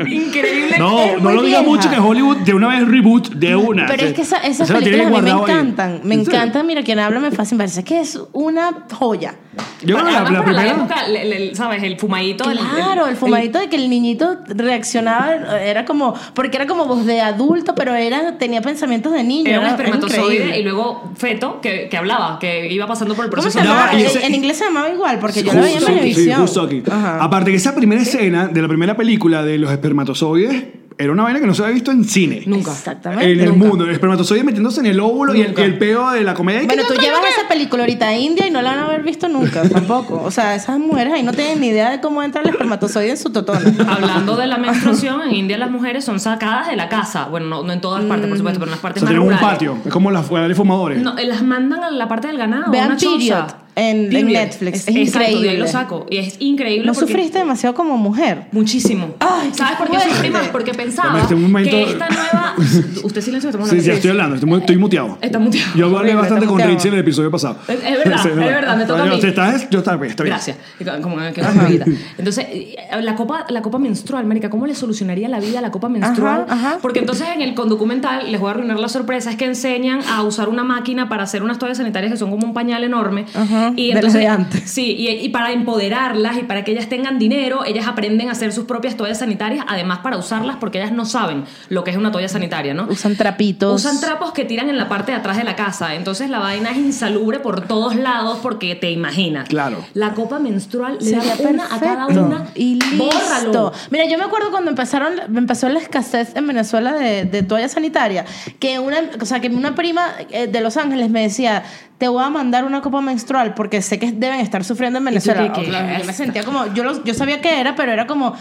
Speaker 6: Increíble.
Speaker 1: No,
Speaker 9: es
Speaker 1: no
Speaker 9: muy
Speaker 1: lo diga
Speaker 9: vieja.
Speaker 1: mucho que Hollywood de una vez reboot de una.
Speaker 9: Pero es que esa- esas
Speaker 1: Eso lo tienen
Speaker 9: películas a mí me
Speaker 1: guardado ahí.
Speaker 9: encantan. Me
Speaker 1: ¿En serio?
Speaker 9: encantan. Mira, quien habla me fascina. Parece que es una joya.
Speaker 1: Yo creo que la, la
Speaker 6: Además, para la
Speaker 1: primera.
Speaker 6: época, le- le- ¿sabes? El fumadito. el-
Speaker 9: Claro, el fumadito de que el niñito reaccionaba era como. Porque era como voz de adulto, pero era tenía pensamientos de niño.
Speaker 6: Era un
Speaker 9: era- era
Speaker 6: espermatozoide
Speaker 9: increíble.
Speaker 6: y luego feto que, que hablaba, que iba pasando por el
Speaker 9: ¿Cómo
Speaker 6: proceso.
Speaker 9: se
Speaker 1: Ya
Speaker 9: llamaba?
Speaker 1: va, y ese-
Speaker 9: En inglés se llamaba igual, porque yo lo veía en
Speaker 1: Justo aquí, sí,
Speaker 9: televisión.
Speaker 1: justo aquí.
Speaker 9: Ajá.
Speaker 1: Aparte que esa primera escena de la primera película de los espermatozoides era una vaina que no se había visto en cine.
Speaker 6: Nunca.
Speaker 9: Exactamente.
Speaker 1: En el
Speaker 9: Nunca.
Speaker 1: mundo, el espermatozoide metiéndose en el óvulo y el,
Speaker 6: Nunca.
Speaker 1: y el peo de la comedia.
Speaker 9: Bueno, tú llevas esa película ahorita a India y no la van a haber visto nunca, tampoco. O sea, esas mujeres ahí no tienen ni idea de cómo entra el espermatozoide en su totona.
Speaker 6: Hablando de la menstruación, en India las mujeres son sacadas de la casa. Bueno, no, no en todas partes, por supuesto, pero en las
Speaker 1: O
Speaker 6: partes
Speaker 1: sea,
Speaker 6: más
Speaker 1: tenemos un
Speaker 6: rurales.
Speaker 1: patio. Es como las fueras de fumadores.
Speaker 6: No, eh, las mandan a la parte del ganado. a
Speaker 9: Vean
Speaker 6: una
Speaker 9: Period.
Speaker 6: choza.
Speaker 9: en, en
Speaker 6: Period.
Speaker 9: Netflix. Es,
Speaker 6: exacto, de
Speaker 9: increíble.
Speaker 6: ahí lo saco. Y es increíble.
Speaker 9: No
Speaker 6: porque-
Speaker 9: sufriste demasiado como mujer.
Speaker 6: Muchísimo.
Speaker 9: Ay,
Speaker 6: ¿Sabes por qué
Speaker 9: fuerte.
Speaker 6: sufrí más? Porque pensaba
Speaker 1: Bueno, este momento-
Speaker 6: que esta nueva. Usted silencio, estamos
Speaker 1: Sí, sí,
Speaker 6: hablando.
Speaker 1: estoy hablando, estoy, mu- estoy muteado.
Speaker 6: Está muteado.
Speaker 1: Yo hablé
Speaker 9: Horrible,
Speaker 1: bastante
Speaker 9: está
Speaker 1: con
Speaker 9: muteado.
Speaker 1: Rich en el episodio pasado.
Speaker 6: Es- es verdad,
Speaker 1: Sí,
Speaker 6: es verdad, me toca a
Speaker 1: Yo-
Speaker 6: mí.
Speaker 1: si estás- yo está bien, está bien.
Speaker 6: Gracias. Y co- Como que más bebida. Entonces, eh, la copa, la copa menstrual, Marica, ¿cómo le solucionaría la vida a la copa menstrual?
Speaker 9: ajá.
Speaker 6: Porque entonces en el condocumental les voy a arruinar la sorpresa, es que enseñan a usar una máquina para hacer unas toallas sanitarias que son como un pañal enorme.
Speaker 9: Ajá,
Speaker 6: Y
Speaker 9: de
Speaker 6: entonces,
Speaker 9: las de antes.
Speaker 6: Sí, y, y para empoderarlas y para que ellas tengan dinero, ellas aprenden a hacer sus propias toallas sanitarias, además para usarlas porque ellas no saben lo que es una toalla sanitaria, ¿no?
Speaker 9: Usan trapitos.
Speaker 6: Usan trapos que tiran en la parte de atrás de la casa. Entonces la vaina es insalubre por todos lados porque te imaginas.
Speaker 1: Claro.
Speaker 6: La copa menstrual le da
Speaker 9: Sería
Speaker 6: una a cada
Speaker 9: perfecto.
Speaker 6: una.
Speaker 9: Y listo.
Speaker 6: Bórralo.
Speaker 9: Mira, yo me acuerdo cuando empezaron, empezó la escasez en Venezuela de, de toalla sanitaria, que una, o sea, que una prima eh, de Los Ángeles me decía, te voy a mandar una copa menstrual porque sé que deben estar sufriendo en Venezuela.
Speaker 6: qué, qué?
Speaker 9: O sea, yo me sentía como, yo, los- yo sabía que era, pero era como,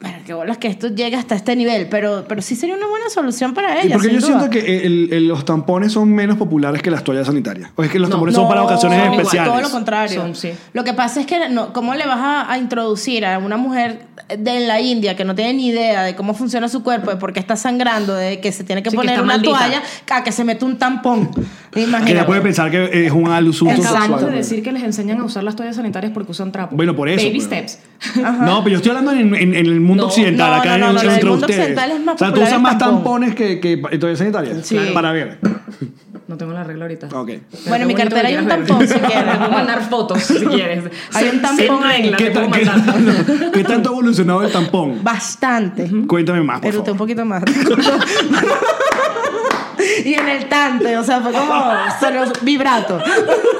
Speaker 9: "Bueno, qué bolas que esto llegue hasta este nivel, pero, pero sí sería una buena solución para
Speaker 1: Y
Speaker 9: ella.
Speaker 1: porque
Speaker 9: sin
Speaker 1: yo
Speaker 9: duda.
Speaker 1: siento que el- el- los tampones son menos populares que las toallas sanitarias. O es que los tampones son para
Speaker 9: No,
Speaker 1: ocasiones
Speaker 9: igual,
Speaker 1: especiales.
Speaker 9: Todo lo contrario.
Speaker 6: Son, sí.
Speaker 9: Lo que pasa es que, no, ¿cómo le vas a, a introducir a una mujer de en la India que no tiene ni idea de cómo funciona su cuerpo, de por qué está sangrando, de que se tiene que
Speaker 6: Sí, que
Speaker 9: poner
Speaker 6: está
Speaker 9: una
Speaker 6: maldita.
Speaker 9: toalla, a que se mete un tampón?
Speaker 1: que ella puede
Speaker 9: Imagínate.
Speaker 1: pensar que es un alusunto sexual.
Speaker 9: Exacto.
Speaker 6: Acabamos de
Speaker 1: ¿no?
Speaker 6: decir que les enseñan a usar las toallas sanitarias porque usan trapos.
Speaker 1: Bueno, por eso,
Speaker 6: Baby
Speaker 1: pero-
Speaker 6: steps.
Speaker 1: No, pero yo estoy hablando en, en- en el mundo
Speaker 6: No,
Speaker 1: occidental.
Speaker 9: no,
Speaker 1: acá
Speaker 9: no, no,
Speaker 1: en,
Speaker 9: no,
Speaker 1: entre
Speaker 9: el mundo
Speaker 1: ustedes.
Speaker 9: occidental es más
Speaker 1: O sea, tú
Speaker 9: popular
Speaker 1: usas
Speaker 9: el
Speaker 1: más
Speaker 9: tampón.
Speaker 1: tampones que, que pa- toallas sanitarias.
Speaker 9: Sí.
Speaker 1: Para ver.
Speaker 6: No tengo la regla ahorita.
Speaker 1: Ok.
Speaker 9: Bueno, en mi cartera hay un tampón, si quieres.
Speaker 6: Te puedo mandar fotos si quieres.
Speaker 9: Hay un
Speaker 6: Sin-
Speaker 9: tampón
Speaker 6: Sin
Speaker 9: ahí.
Speaker 6: regla,
Speaker 1: ¿Qué,
Speaker 6: te puedo
Speaker 1: tan- qué
Speaker 6: mandar.
Speaker 1: tan- qué tanto ha evolucionado el tampón?
Speaker 9: Bastante.
Speaker 1: Cuéntame más, por
Speaker 9: Pero un
Speaker 1: favor.
Speaker 9: poquito más. y en el tante, o sea, fue como solo vibrato.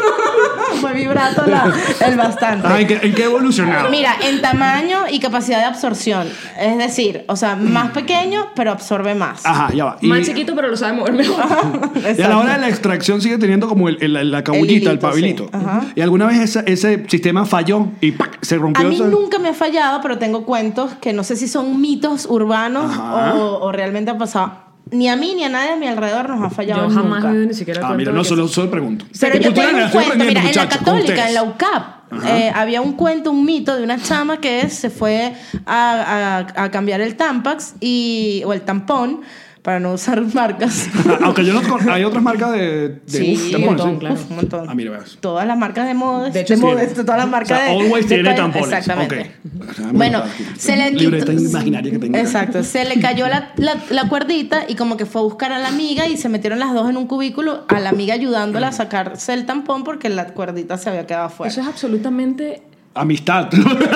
Speaker 9: fue vibrato la- el bastante.
Speaker 1: Ah, ¿en, qué, en qué ha evolucionado?
Speaker 9: Mira, en tamaño y capacidad de absorción. Es decir, o sea, más
Speaker 1: Mm.
Speaker 9: pequeño, pero absorbe más.
Speaker 1: Ajá, ya va. Y,
Speaker 6: Más chiquito, pero lo sabe mover mejor.
Speaker 1: Ah, y a la hora de la extracción sigue teniendo como el, el- la cabullita,
Speaker 9: hilito,
Speaker 1: el, pabilito.
Speaker 9: sí. Ajá.
Speaker 1: Y alguna vez esa- ese sistema falló y ¡pac! se
Speaker 9: A
Speaker 1: rompió.
Speaker 9: mí
Speaker 1: eso.
Speaker 9: nunca me ha fallado, pero tengo cuentos que no sé si son mitos urbanos
Speaker 1: Ajá.
Speaker 9: o, o realmente ha pasado. Ni a mí ni a nadie a mi alrededor nos ha fallado.
Speaker 6: Yo jamás
Speaker 9: nunca.
Speaker 6: me dio ni siquiera el
Speaker 1: Ah,
Speaker 6: cuento
Speaker 1: mira,
Speaker 6: de
Speaker 1: no,
Speaker 6: que-
Speaker 1: solo, solo pregunto.
Speaker 9: Pero yo
Speaker 1: Cultura
Speaker 9: tengo
Speaker 1: general,
Speaker 9: un
Speaker 1: estoy
Speaker 9: cuento,
Speaker 1: aprendiendo,
Speaker 9: mira, en la
Speaker 1: muchachos, con
Speaker 9: católica,
Speaker 1: ustedes.
Speaker 9: en la UCAP, eh, había un cuento, un mito de una chama que se fue a, a- a cambiar el tampax y, o el tampón, para no usar marcas.
Speaker 1: Aunque Ah, yo no con- hay otras marcas de, de
Speaker 9: Sí,
Speaker 1: de
Speaker 9: un
Speaker 1: monos,
Speaker 6: montón,
Speaker 1: ¿sí?
Speaker 6: claro.
Speaker 9: Uf, un montón.
Speaker 1: Ah, mira, veas.
Speaker 9: Todas las marcas de moda.
Speaker 6: De hecho,
Speaker 9: de
Speaker 6: sí.
Speaker 9: moda, todas
Speaker 1: O
Speaker 9: las
Speaker 1: sea,
Speaker 9: marcas de.
Speaker 1: Always
Speaker 9: de
Speaker 1: tiene
Speaker 9: todas-
Speaker 1: tampones.
Speaker 9: Exactamente.
Speaker 1: Ok. Ah,
Speaker 9: Bueno, se le
Speaker 1: Libreta
Speaker 9: quitó-
Speaker 1: imaginaria que tengo.
Speaker 9: Exacto, se le cayó la, la- la cuerdita y como que fue a buscar a la amiga y se metieron las dos en un cubículo, a la amiga ayudándola a sacarse el tampón porque la cuerdita se había quedado afuera.
Speaker 6: Eso es absolutamente
Speaker 1: Amistad.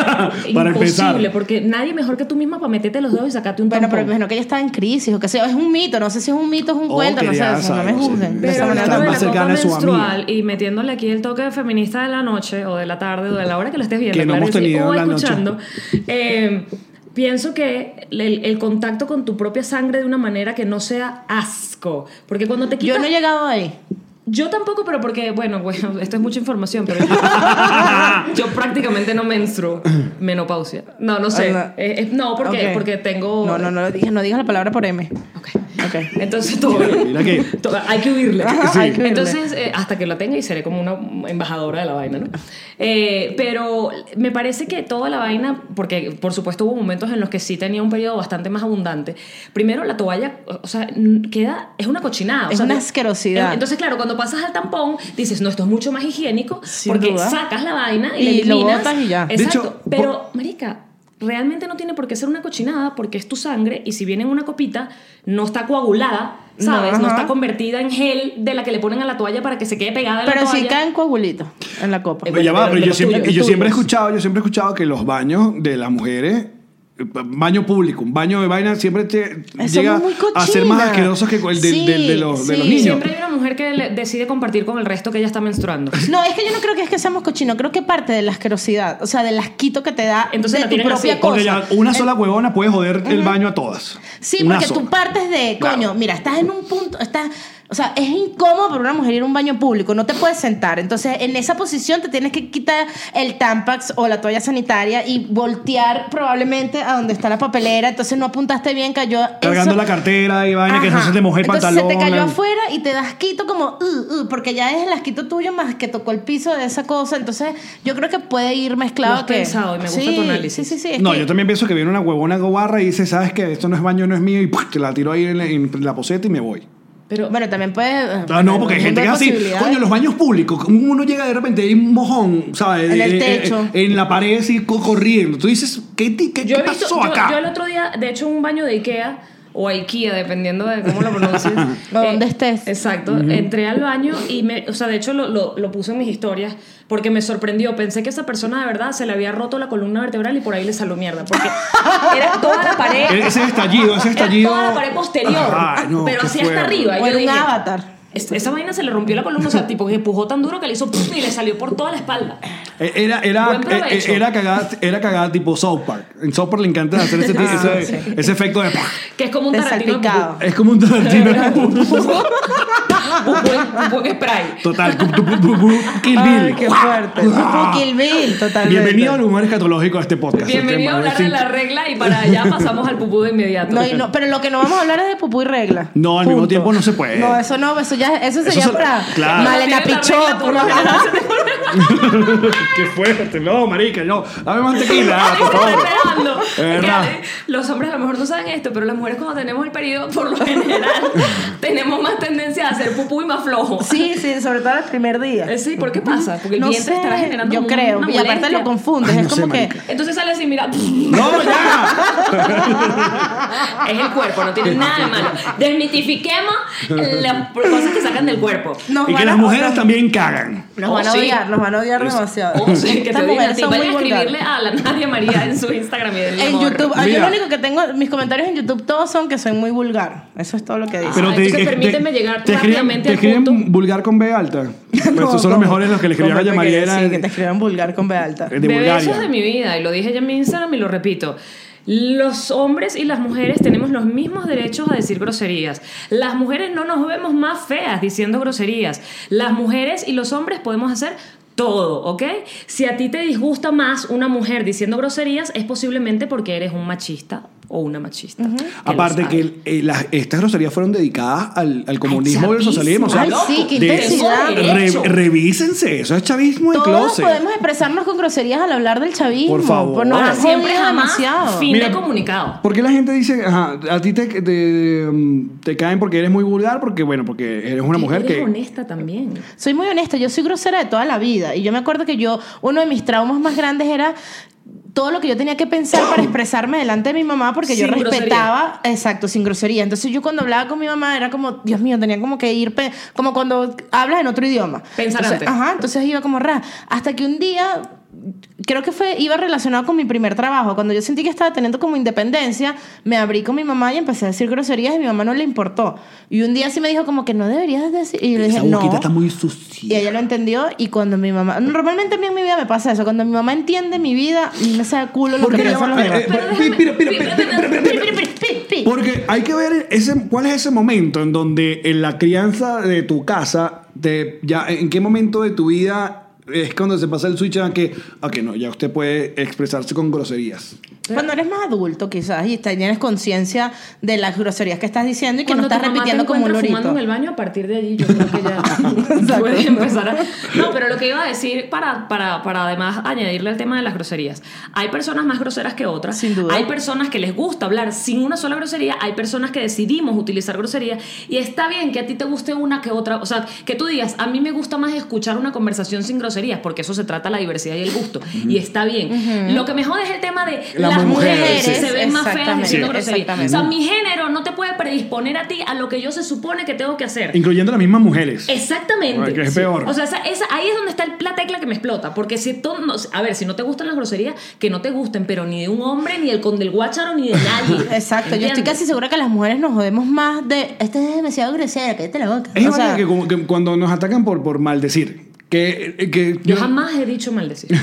Speaker 1: para empezar.
Speaker 6: imposible, porque nadie mejor que tú misma para meterte los dedos y sacarte un
Speaker 9: Bueno,
Speaker 6: tampón. Oh,
Speaker 9: pero me imagino que ella estaba en crisis o qué sé yo, es un mito, no sé si es un mito, es un
Speaker 1: O
Speaker 9: cuento, no sé,
Speaker 1: quería
Speaker 9: eso, no me
Speaker 1: algo, sí.
Speaker 9: juzguen. De
Speaker 1: Pero
Speaker 9: esa
Speaker 6: Pero
Speaker 1: no
Speaker 9: manera
Speaker 1: está
Speaker 6: hablando de
Speaker 1: más
Speaker 6: la
Speaker 1: cercana
Speaker 6: copa
Speaker 1: a su
Speaker 6: menstrual y metiéndole aquí el toque feminista de la noche o de la tarde o de la hora que lo estés viendo
Speaker 1: Que no
Speaker 6: claro
Speaker 1: hemos
Speaker 6: sí,
Speaker 1: tenido
Speaker 6: o
Speaker 1: la noche.
Speaker 6: escuchando eh, pienso que el, el contacto con tu propia sangre de una manera que no sea asco porque cuando te
Speaker 9: tan- Yo
Speaker 6: quitas
Speaker 9: no he llegado ahí.
Speaker 6: yo tampoco, pero porque, bueno, bueno, esto es mucha información, pero yo, yo prácticamente no menstruo. Menopausia. No, no sé.
Speaker 9: Ah,
Speaker 6: Eh, eh, no, porque,
Speaker 9: Ok.
Speaker 6: porque tengo...
Speaker 9: No, no, no lo digas, no digas la palabra por M.
Speaker 6: Ok.
Speaker 9: Ok.
Speaker 6: Entonces todo.
Speaker 1: Mira que-
Speaker 6: todo- hay que huirle.
Speaker 9: Sí. hay que huirle.
Speaker 6: Entonces, eh, hasta que la tenga y seré como una embajadora de la vaina, ¿no? Eh, pero me parece que toda la vaina, porque por supuesto hubo momentos en los que sí tenía un periodo bastante más abundante. Primero, la toalla, o sea, n- queda. Es una cochinada. o
Speaker 9: Es
Speaker 6: sea,
Speaker 9: una
Speaker 6: te-
Speaker 9: asquerosidad.
Speaker 6: Entonces, claro, cuando pasas al tampón, dices, no, esto es mucho más higiénico,
Speaker 9: Sin
Speaker 6: porque
Speaker 9: duda.
Speaker 6: sacas la vaina y,
Speaker 9: Y
Speaker 6: la
Speaker 9: lo
Speaker 6: eliminas.
Speaker 9: botas y ya.
Speaker 1: De
Speaker 6: Exacto.
Speaker 1: hecho, por-
Speaker 6: pero Marica, realmente no tiene por qué ser una cochinada porque es tu sangre y si viene en una copita, no está coagulada, ¿sabes? No,
Speaker 9: No, ajá.
Speaker 6: está convertida en gel de la que le ponen a la toalla para que se quede pegada en la
Speaker 9: Pero
Speaker 6: toalla.
Speaker 9: sí caen coagulitos en la copa.
Speaker 6: Eh,
Speaker 1: Pero ya va,
Speaker 6: Bueno,
Speaker 1: pero
Speaker 6: pero
Speaker 1: yo
Speaker 6: los
Speaker 1: siempre,
Speaker 6: tuyos,
Speaker 1: y yo
Speaker 6: los
Speaker 1: siempre he
Speaker 6: tuyos.
Speaker 1: escuchado, yo siempre he escuchado que los baños de las mujeres baño público, un baño de vaina siempre te
Speaker 9: Somos
Speaker 1: llega
Speaker 9: muy
Speaker 1: a ser más
Speaker 9: cochinas.
Speaker 1: asquerosos que el de,
Speaker 9: Sí,
Speaker 1: del- de los, de los
Speaker 9: sí.
Speaker 1: niños.
Speaker 6: Siempre hay una mujer que le- decide compartir con el resto que ella está menstruando.
Speaker 9: No, es que yo no creo que es que seamos cochinos, creo que parte de la asquerosidad, o sea, del asquito que te da
Speaker 6: Entonces la
Speaker 9: de tu
Speaker 6: tienen
Speaker 9: propia
Speaker 6: así,
Speaker 1: Porque
Speaker 9: cosa.
Speaker 1: ya una sola huevona puede joder el baño a todas.
Speaker 9: Sí,
Speaker 1: Una
Speaker 9: porque
Speaker 1: sola.
Speaker 9: tú partes de,
Speaker 1: Claro.
Speaker 9: coño, mira, estás en un punto, estás O sea, es incómodo para una mujer ir a un baño público, no te puedes sentar. Entonces, en esa posición te tienes que quitar el tampax o la toalla sanitaria y voltear probablemente a donde está la papelera. Entonces, no apuntaste bien, cayó.
Speaker 1: Cargando
Speaker 9: eso.
Speaker 1: la cartera y vaina que
Speaker 9: Ajá.
Speaker 1: no se te mojé el
Speaker 9: Entonces,
Speaker 1: pantalón.
Speaker 9: Se te cayó
Speaker 1: la-
Speaker 9: afuera y te das quito como, "Uh, uh", porque ya es el asquito tuyo más que tocó el piso de esa cosa. Entonces, yo creo que puede ir mezclado.
Speaker 6: Lo has
Speaker 9: que...
Speaker 6: pensado y me gusta
Speaker 9: Sí,
Speaker 6: tu análisis.
Speaker 9: Sí, sí, sí. es
Speaker 1: No,
Speaker 9: que-
Speaker 1: yo también pienso que viene una huevona gobarra y dice, ¿sabes qué? Esto no es baño, no es mío, y ¡puf! te la tiro ahí en la, en la poseta y me voy.
Speaker 6: Pero
Speaker 9: Bueno, también puede.
Speaker 1: Ah, no, porque hay
Speaker 9: un
Speaker 1: gente que es
Speaker 9: mundo de
Speaker 1: así.
Speaker 9: posibilidades.
Speaker 1: Coño, los baños públicos, uno llega de repente hay un mojón, ¿sabes?
Speaker 9: En el
Speaker 1: Eh, eh,
Speaker 9: techo.
Speaker 1: eh, en la pared así co- corriendo. Tú dices, ¿qué, ti- qué,
Speaker 6: yo
Speaker 1: qué
Speaker 6: he visto-
Speaker 1: pasó
Speaker 6: yo-
Speaker 1: acá?
Speaker 6: Yo, el otro día, de hecho, en un baño de Ikea o Ikea, dependiendo de cómo lo pronuncies. eh,
Speaker 9: O donde estés.
Speaker 6: Exacto. Entré al baño y me, o sea, de hecho lo, lo- lo puse en mis historias porque me sorprendió. Pensé que esa persona de verdad se le había roto la columna vertebral y por ahí le salió mierda. Porque era toda la pared.
Speaker 1: E-, Ese estallido, ese
Speaker 6: era
Speaker 1: estallido.
Speaker 6: toda la pared posterior.
Speaker 1: Ay, no,
Speaker 6: pero
Speaker 1: qué
Speaker 6: así hasta
Speaker 1: fuerte.
Speaker 6: arriba.
Speaker 9: O
Speaker 6: Yo
Speaker 9: era un
Speaker 6: dije,
Speaker 9: avatar.
Speaker 6: "Es- Esa vaina se le rompió la columna, o sea, tipo que empujó tan duro que le hizo y le salió por toda la espalda.
Speaker 1: Eh, Era, era,
Speaker 6: Buen provecho.
Speaker 1: eh, era, cagada, era cagada tipo South Park. En South Park le encanta hacer ese, ese, ese efecto de...
Speaker 6: Que es como un
Speaker 9: De
Speaker 6: tarantino.
Speaker 9: salpicado.
Speaker 1: Es como un Tarantino.
Speaker 6: Un buen, un buen spray.
Speaker 1: Total. Kill
Speaker 9: Ay,
Speaker 1: Bill.
Speaker 9: qué fuerte.
Speaker 1: Ah.
Speaker 9: Kill Bill, totalmente.
Speaker 1: Bienvenido al humor escatológico de este podcast.
Speaker 6: Bienvenido a hablar de la regla y para allá pasamos al pupú de inmediato.
Speaker 9: No, y no, pero lo que no vamos a hablar es de pupú y regla.
Speaker 1: No, al mismo tiempo no se puede.
Speaker 9: No, eso no, eso ya, eso sería
Speaker 1: se-
Speaker 9: para
Speaker 1: claro.
Speaker 9: Malena
Speaker 6: Tiene la regla,
Speaker 9: Pichot.
Speaker 6: por lo
Speaker 9: ¿no?
Speaker 6: general, se te-
Speaker 1: Qué fuerte. No, marica, no. Dame más tequila, Ah, por
Speaker 6: Estaba
Speaker 1: favor.
Speaker 6: esperando.
Speaker 1: Es verdad.
Speaker 6: Que, eh, Los hombres a lo mejor no saben esto, pero las mujeres cuando tenemos el periodo, por lo general, tenemos más tendencia a hacer pupú y más flojo.
Speaker 9: Sí, sí, sobre todo el primer día.
Speaker 6: Eh, Sí, ¿por qué pasa? Porque el
Speaker 9: No
Speaker 6: vientre
Speaker 9: sé,
Speaker 6: estará generando
Speaker 9: yo
Speaker 6: como
Speaker 9: creo.
Speaker 6: una
Speaker 9: Y aparte
Speaker 6: molestia.
Speaker 9: lo confundes,
Speaker 1: Ay,
Speaker 9: es
Speaker 1: no sé,
Speaker 9: como que...
Speaker 1: marica.
Speaker 6: Entonces sale así, mira, es
Speaker 1: No, ya.
Speaker 6: el cuerpo, no tiene nada de malo. Desmitifiquemos las cosas que sacan del cuerpo.
Speaker 9: Nos
Speaker 1: Y que
Speaker 9: van a-
Speaker 1: las mujeres también cagan.
Speaker 9: Nos
Speaker 6: Oh,
Speaker 9: van a
Speaker 6: sí.
Speaker 9: odiar, nos van a odiar demasiado.
Speaker 6: O sea, que te
Speaker 9: Estas
Speaker 6: digan a
Speaker 9: mujeres
Speaker 6: ti,
Speaker 9: son muy
Speaker 6: vayan a escribirle
Speaker 9: vulgares.
Speaker 6: a la Nadia María en su Instagram y denle
Speaker 9: En
Speaker 6: amor.
Speaker 9: YouTube, ah, yo
Speaker 1: Mira.
Speaker 9: lo único que tengo, mis comentarios en YouTube todos son que soy muy vulgar. Eso es todo lo que dice.
Speaker 1: Pero
Speaker 6: Ah,
Speaker 1: te,
Speaker 6: entonces
Speaker 1: que-
Speaker 6: permíteme llegar
Speaker 1: te escriben,
Speaker 6: rápidamente
Speaker 1: te
Speaker 6: al
Speaker 1: escriben
Speaker 6: punto.
Speaker 1: vulgar con B alta. Pues estos son los mejores los que le escribían a Yamayera
Speaker 9: Sí, que te
Speaker 1: de
Speaker 9: escriban vulgar con B alta.
Speaker 1: de
Speaker 6: Bebé, eso es
Speaker 1: Bulgaria.
Speaker 6: de mi vida, y lo dije ya en mi Instagram y lo repito. Los hombres y las mujeres tenemos los mismos derechos a decir groserías. Las mujeres no nos vemos más feas diciendo groserías. Las mujeres y los hombres podemos hacer todo, ¿ok? Si a ti te disgusta más una mujer diciendo groserías, es posiblemente porque eres un machista o una machista. Que lo
Speaker 1: Aparte
Speaker 6: sabe.
Speaker 1: que el- eh, las- estas groserías fueron dedicadas al, al comunismo y al socialismo. O sea,
Speaker 9: Ay, sí, qué
Speaker 1: de-
Speaker 9: intensidad.
Speaker 1: re- revísense, eso es chavismo de
Speaker 9: Todos
Speaker 1: closet.
Speaker 9: podemos expresarnos con groserías al hablar del chavismo.
Speaker 1: Por favor.
Speaker 9: Pues nos
Speaker 1: Ahora
Speaker 9: han
Speaker 6: siempre
Speaker 9: jodido
Speaker 6: jamás
Speaker 9: demasiado.
Speaker 6: fin de
Speaker 1: Mira,
Speaker 6: comunicado.
Speaker 1: ¿Por qué la gente dice, ajá, a ti te, te, mm, te caen porque eres muy vulgar? Porque, bueno, porque eres una mujer
Speaker 6: Eres
Speaker 1: que...
Speaker 6: honesta también.
Speaker 9: Soy muy honesta, yo soy grosera de toda la vida. Y yo me acuerdo que yo, uno de mis traumas más grandes era todo lo que yo tenía que pensar para expresarme delante de mi mamá porque yo
Speaker 6: Sin grosería.
Speaker 9: respetaba, exacto, sin grosería. Entonces yo cuando hablaba con mi mamá era como, Dios mío, tenía como que ir, pe- como cuando hablas en otro idioma.
Speaker 6: Pensar
Speaker 9: Entonces,
Speaker 6: antes.
Speaker 9: Ajá, entonces iba como ra. Hasta que un día, creo que fue, iba relacionado con mi primer trabajo. Cuando yo sentí que estaba teniendo como independencia, me abrí con mi mamá y empecé a decir groserías y mi mamá no le importó. Y un día sí me dijo como que no deberías decir. Y yo le dije,
Speaker 1: Esa boquita
Speaker 9: no.
Speaker 1: está muy
Speaker 9: Y
Speaker 1: sucia.
Speaker 9: ella lo entendió y cuando mi mamá... Normalmente a mí en mi vida me pasa eso. Cuando mi mamá entiende mi vida, a mí me sabe culo lo
Speaker 1: ¿Por
Speaker 9: que
Speaker 1: qué le
Speaker 9: piensan los
Speaker 1: llama- eh,
Speaker 9: demás.
Speaker 1: eh, pero- pi- pi- pi- pi- pi- pi- pi- pi- pi- Porque hay que ver ese, cuál es ese momento en donde en la crianza de tu casa, de, ya, en qué momento de tu vida es cuando se pasa el switch a que, a que no, ya usted puede expresarse con groserías.
Speaker 9: Cuando eres más adulto quizás y te- tienes conciencia de las groserías que estás diciendo y que no
Speaker 6: Cuando
Speaker 9: estás
Speaker 6: tu mamá te
Speaker 9: repitiendo como un
Speaker 6: encuentra fumando
Speaker 9: lorito.
Speaker 6: en el baño, a partir de allí yo creo que ya puedes empezar a... No, pero lo que iba a decir, para, para, para además añadirle al tema de las groserías, hay personas más groseras que otras.
Speaker 9: Sin duda.
Speaker 6: Hay personas que les gusta hablar sin una sola grosería, hay personas que decidimos utilizar grosería y está bien que a ti te guste una que otra, o sea, que tú digas, a mí me gusta más escuchar una conversación sin groserías, porque eso se trata la diversidad y el gusto, y está bien. Lo que me jode es el tema de
Speaker 1: Las
Speaker 6: las mujeres,
Speaker 1: mujeres, sí.
Speaker 6: se ven más feas
Speaker 9: Exactamente,
Speaker 6: diciendo
Speaker 9: sí,
Speaker 6: groserías. O
Speaker 9: exactamente.
Speaker 6: sea, mi género no te puede predisponer a ti a lo que yo se supone que tengo que hacer.
Speaker 1: Incluyendo las mismas mujeres.
Speaker 6: Exactamente.
Speaker 1: Ay, que es
Speaker 6: Sí.
Speaker 1: peor.
Speaker 6: O sea, esa- esa- ahí es donde está el- la tecla que me explota. Porque si todo, no- a ver, si no te gustan las groserías, que no te gusten, pero ni de un hombre, ni del con del guácharo, ni de nadie.
Speaker 9: Exacto, yo estoy
Speaker 6: ¿Entiendes?
Speaker 9: casi segura que las mujeres nos jodemos más de este es demasiado grosero, cállate la boca.
Speaker 1: Es
Speaker 9: o sea,
Speaker 1: verdad que, como- que cuando nos atacan por, por maldecir, que, que
Speaker 6: Yo jamás he dicho maldecir.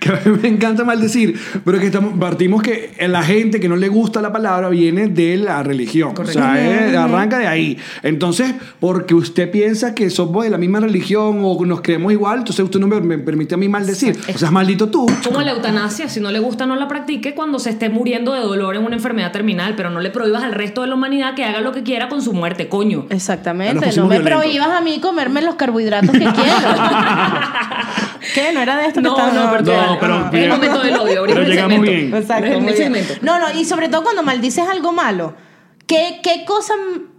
Speaker 1: que a mí me encanta maldecir, pero que estamos, partimos que la gente que no le gusta la palabra viene de la religión. O sea, es- arranca de ahí. Entonces, porque usted piensa que somos de la misma religión o nos creemos igual, entonces usted no me, me permite a mí maldecir. O sea, es maldito tú.
Speaker 6: Como la eutanasia, si no le gusta, no la practique cuando se esté muriendo de dolor en una enfermedad terminal, pero no le prohíbas al resto de la humanidad que haga lo que quiera con su muerte, coño.
Speaker 1: Nos
Speaker 9: Exactamente, no
Speaker 1: pusimos
Speaker 9: me
Speaker 1: violentos.
Speaker 9: prohíbas a mí comerme los carbohidratos que quiero. ¿Qué? ¿No era de esto
Speaker 6: No,
Speaker 9: que estaba
Speaker 6: no, perdón.
Speaker 1: No, pero-
Speaker 6: Ah, es el momento del odio. ahorita
Speaker 1: Pero
Speaker 6: el
Speaker 1: llegamos
Speaker 6: segmento.
Speaker 1: bien.
Speaker 9: Exacto,
Speaker 6: El
Speaker 9: muy bien.
Speaker 6: segmento.
Speaker 9: No, no, y sobre todo cuando maldices algo malo. ¿Qué, qué cosa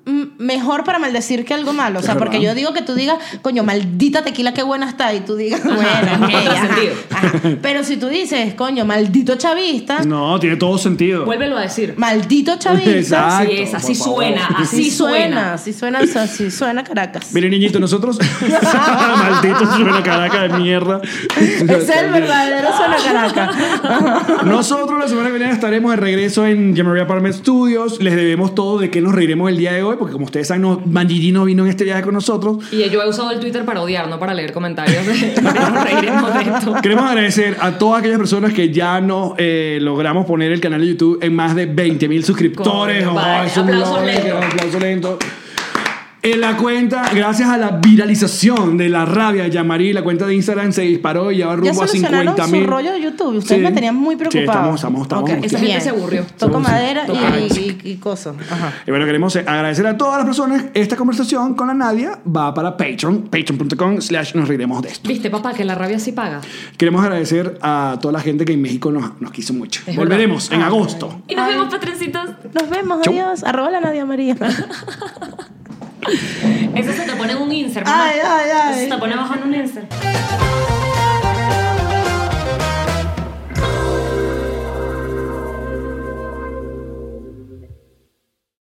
Speaker 9: m- mejor para maldecir que algo malo? O sea,
Speaker 1: Es
Speaker 9: porque
Speaker 1: verdad.
Speaker 9: yo digo que tú digas, coño, maldita tequila, qué buena está. Y tú digas, bueno, ok,
Speaker 6: otro
Speaker 9: ajá,
Speaker 6: sentido.
Speaker 9: ajá. Pero si tú dices, coño, maldito chavista,
Speaker 1: No, tiene todo sentido.
Speaker 6: Vuélvelo a decir.
Speaker 9: maldito chavista.
Speaker 1: Exacto,
Speaker 6: así es,
Speaker 1: por
Speaker 6: así
Speaker 1: favor.
Speaker 6: suena, así
Speaker 9: Así suena,
Speaker 6: suena.
Speaker 9: así suena, así suena, Caracas.
Speaker 1: Mire, niñito, nosotros. Maldito, suena caraca de mierda.
Speaker 9: Es el verdadero suena Caracas.
Speaker 1: Nosotros la semana que viene estaremos de regreso en Jamaria Apartment Studios. Les debemos todo de que nos reiremos el día de hoy, porque como ustedes saben, no, Bandidi no vino en este viaje con nosotros.
Speaker 6: Y yo he usado el Twitter para odiar, no para leer comentarios. de- Nos reiremos de esto.
Speaker 1: Queremos agradecer a todas aquellas personas que ya nos eh, logramos poner el canal de YouTube en más de 20 mil suscriptores.
Speaker 6: Coño,
Speaker 1: Oh,
Speaker 6: vale.
Speaker 1: es un
Speaker 6: Aplauso
Speaker 1: logro,
Speaker 6: lento.
Speaker 1: un aplauso lento. En la cuenta, gracias a la viralización de la rabia de Yamari, la cuenta de Instagram se disparó y ya va
Speaker 9: Ya
Speaker 1: rumbo a
Speaker 9: solucionaron
Speaker 1: 50
Speaker 9: su
Speaker 1: mil.
Speaker 9: rollo de YouTube. Ustedes
Speaker 1: Sí.
Speaker 9: me tenían muy
Speaker 1: Sí, estamos-
Speaker 9: preocupado.
Speaker 1: estamos- estamos
Speaker 9: Ok,
Speaker 1: angustiados.
Speaker 6: Esa gente
Speaker 9: bien.
Speaker 6: se aburrió.
Speaker 9: Toco
Speaker 1: Somos-
Speaker 9: madera y-
Speaker 1: toca-
Speaker 9: y, y, cosas. Ajá.
Speaker 1: Y bueno, queremos eh, agradecer a todas las personas. Esta conversación con la Nadia va para Patreon, patreon.com slash nos reiremos de esto.
Speaker 6: Viste, papá, que la rabia sí paga.
Speaker 1: Queremos agradecer a toda la gente que en México nos, nos quiso mucho.
Speaker 6: Es
Speaker 1: Volveremos en agosto.
Speaker 6: Y nos vemos, patrencitos.
Speaker 9: Nos vemos,
Speaker 1: Chau.
Speaker 9: adiós. Arroba la Nadia María.
Speaker 6: Eso se te pone en un insert.
Speaker 9: Ay,
Speaker 6: ¿no?
Speaker 9: ay, ay.
Speaker 6: Eso se te pone abajo en un insert.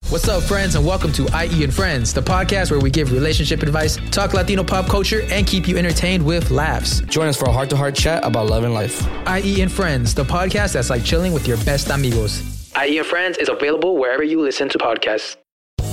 Speaker 5: What's up, friends, and welcome to IE and Friends, the podcast where we give relationship advice, talk Latino pop culture, and keep you entertained with laughs.
Speaker 10: Join us for a heart to heart chat about love and life.
Speaker 5: IE and Friends, the podcast that's like chilling with your best amigos.
Speaker 10: IE E and Friends is available wherever you listen to podcasts.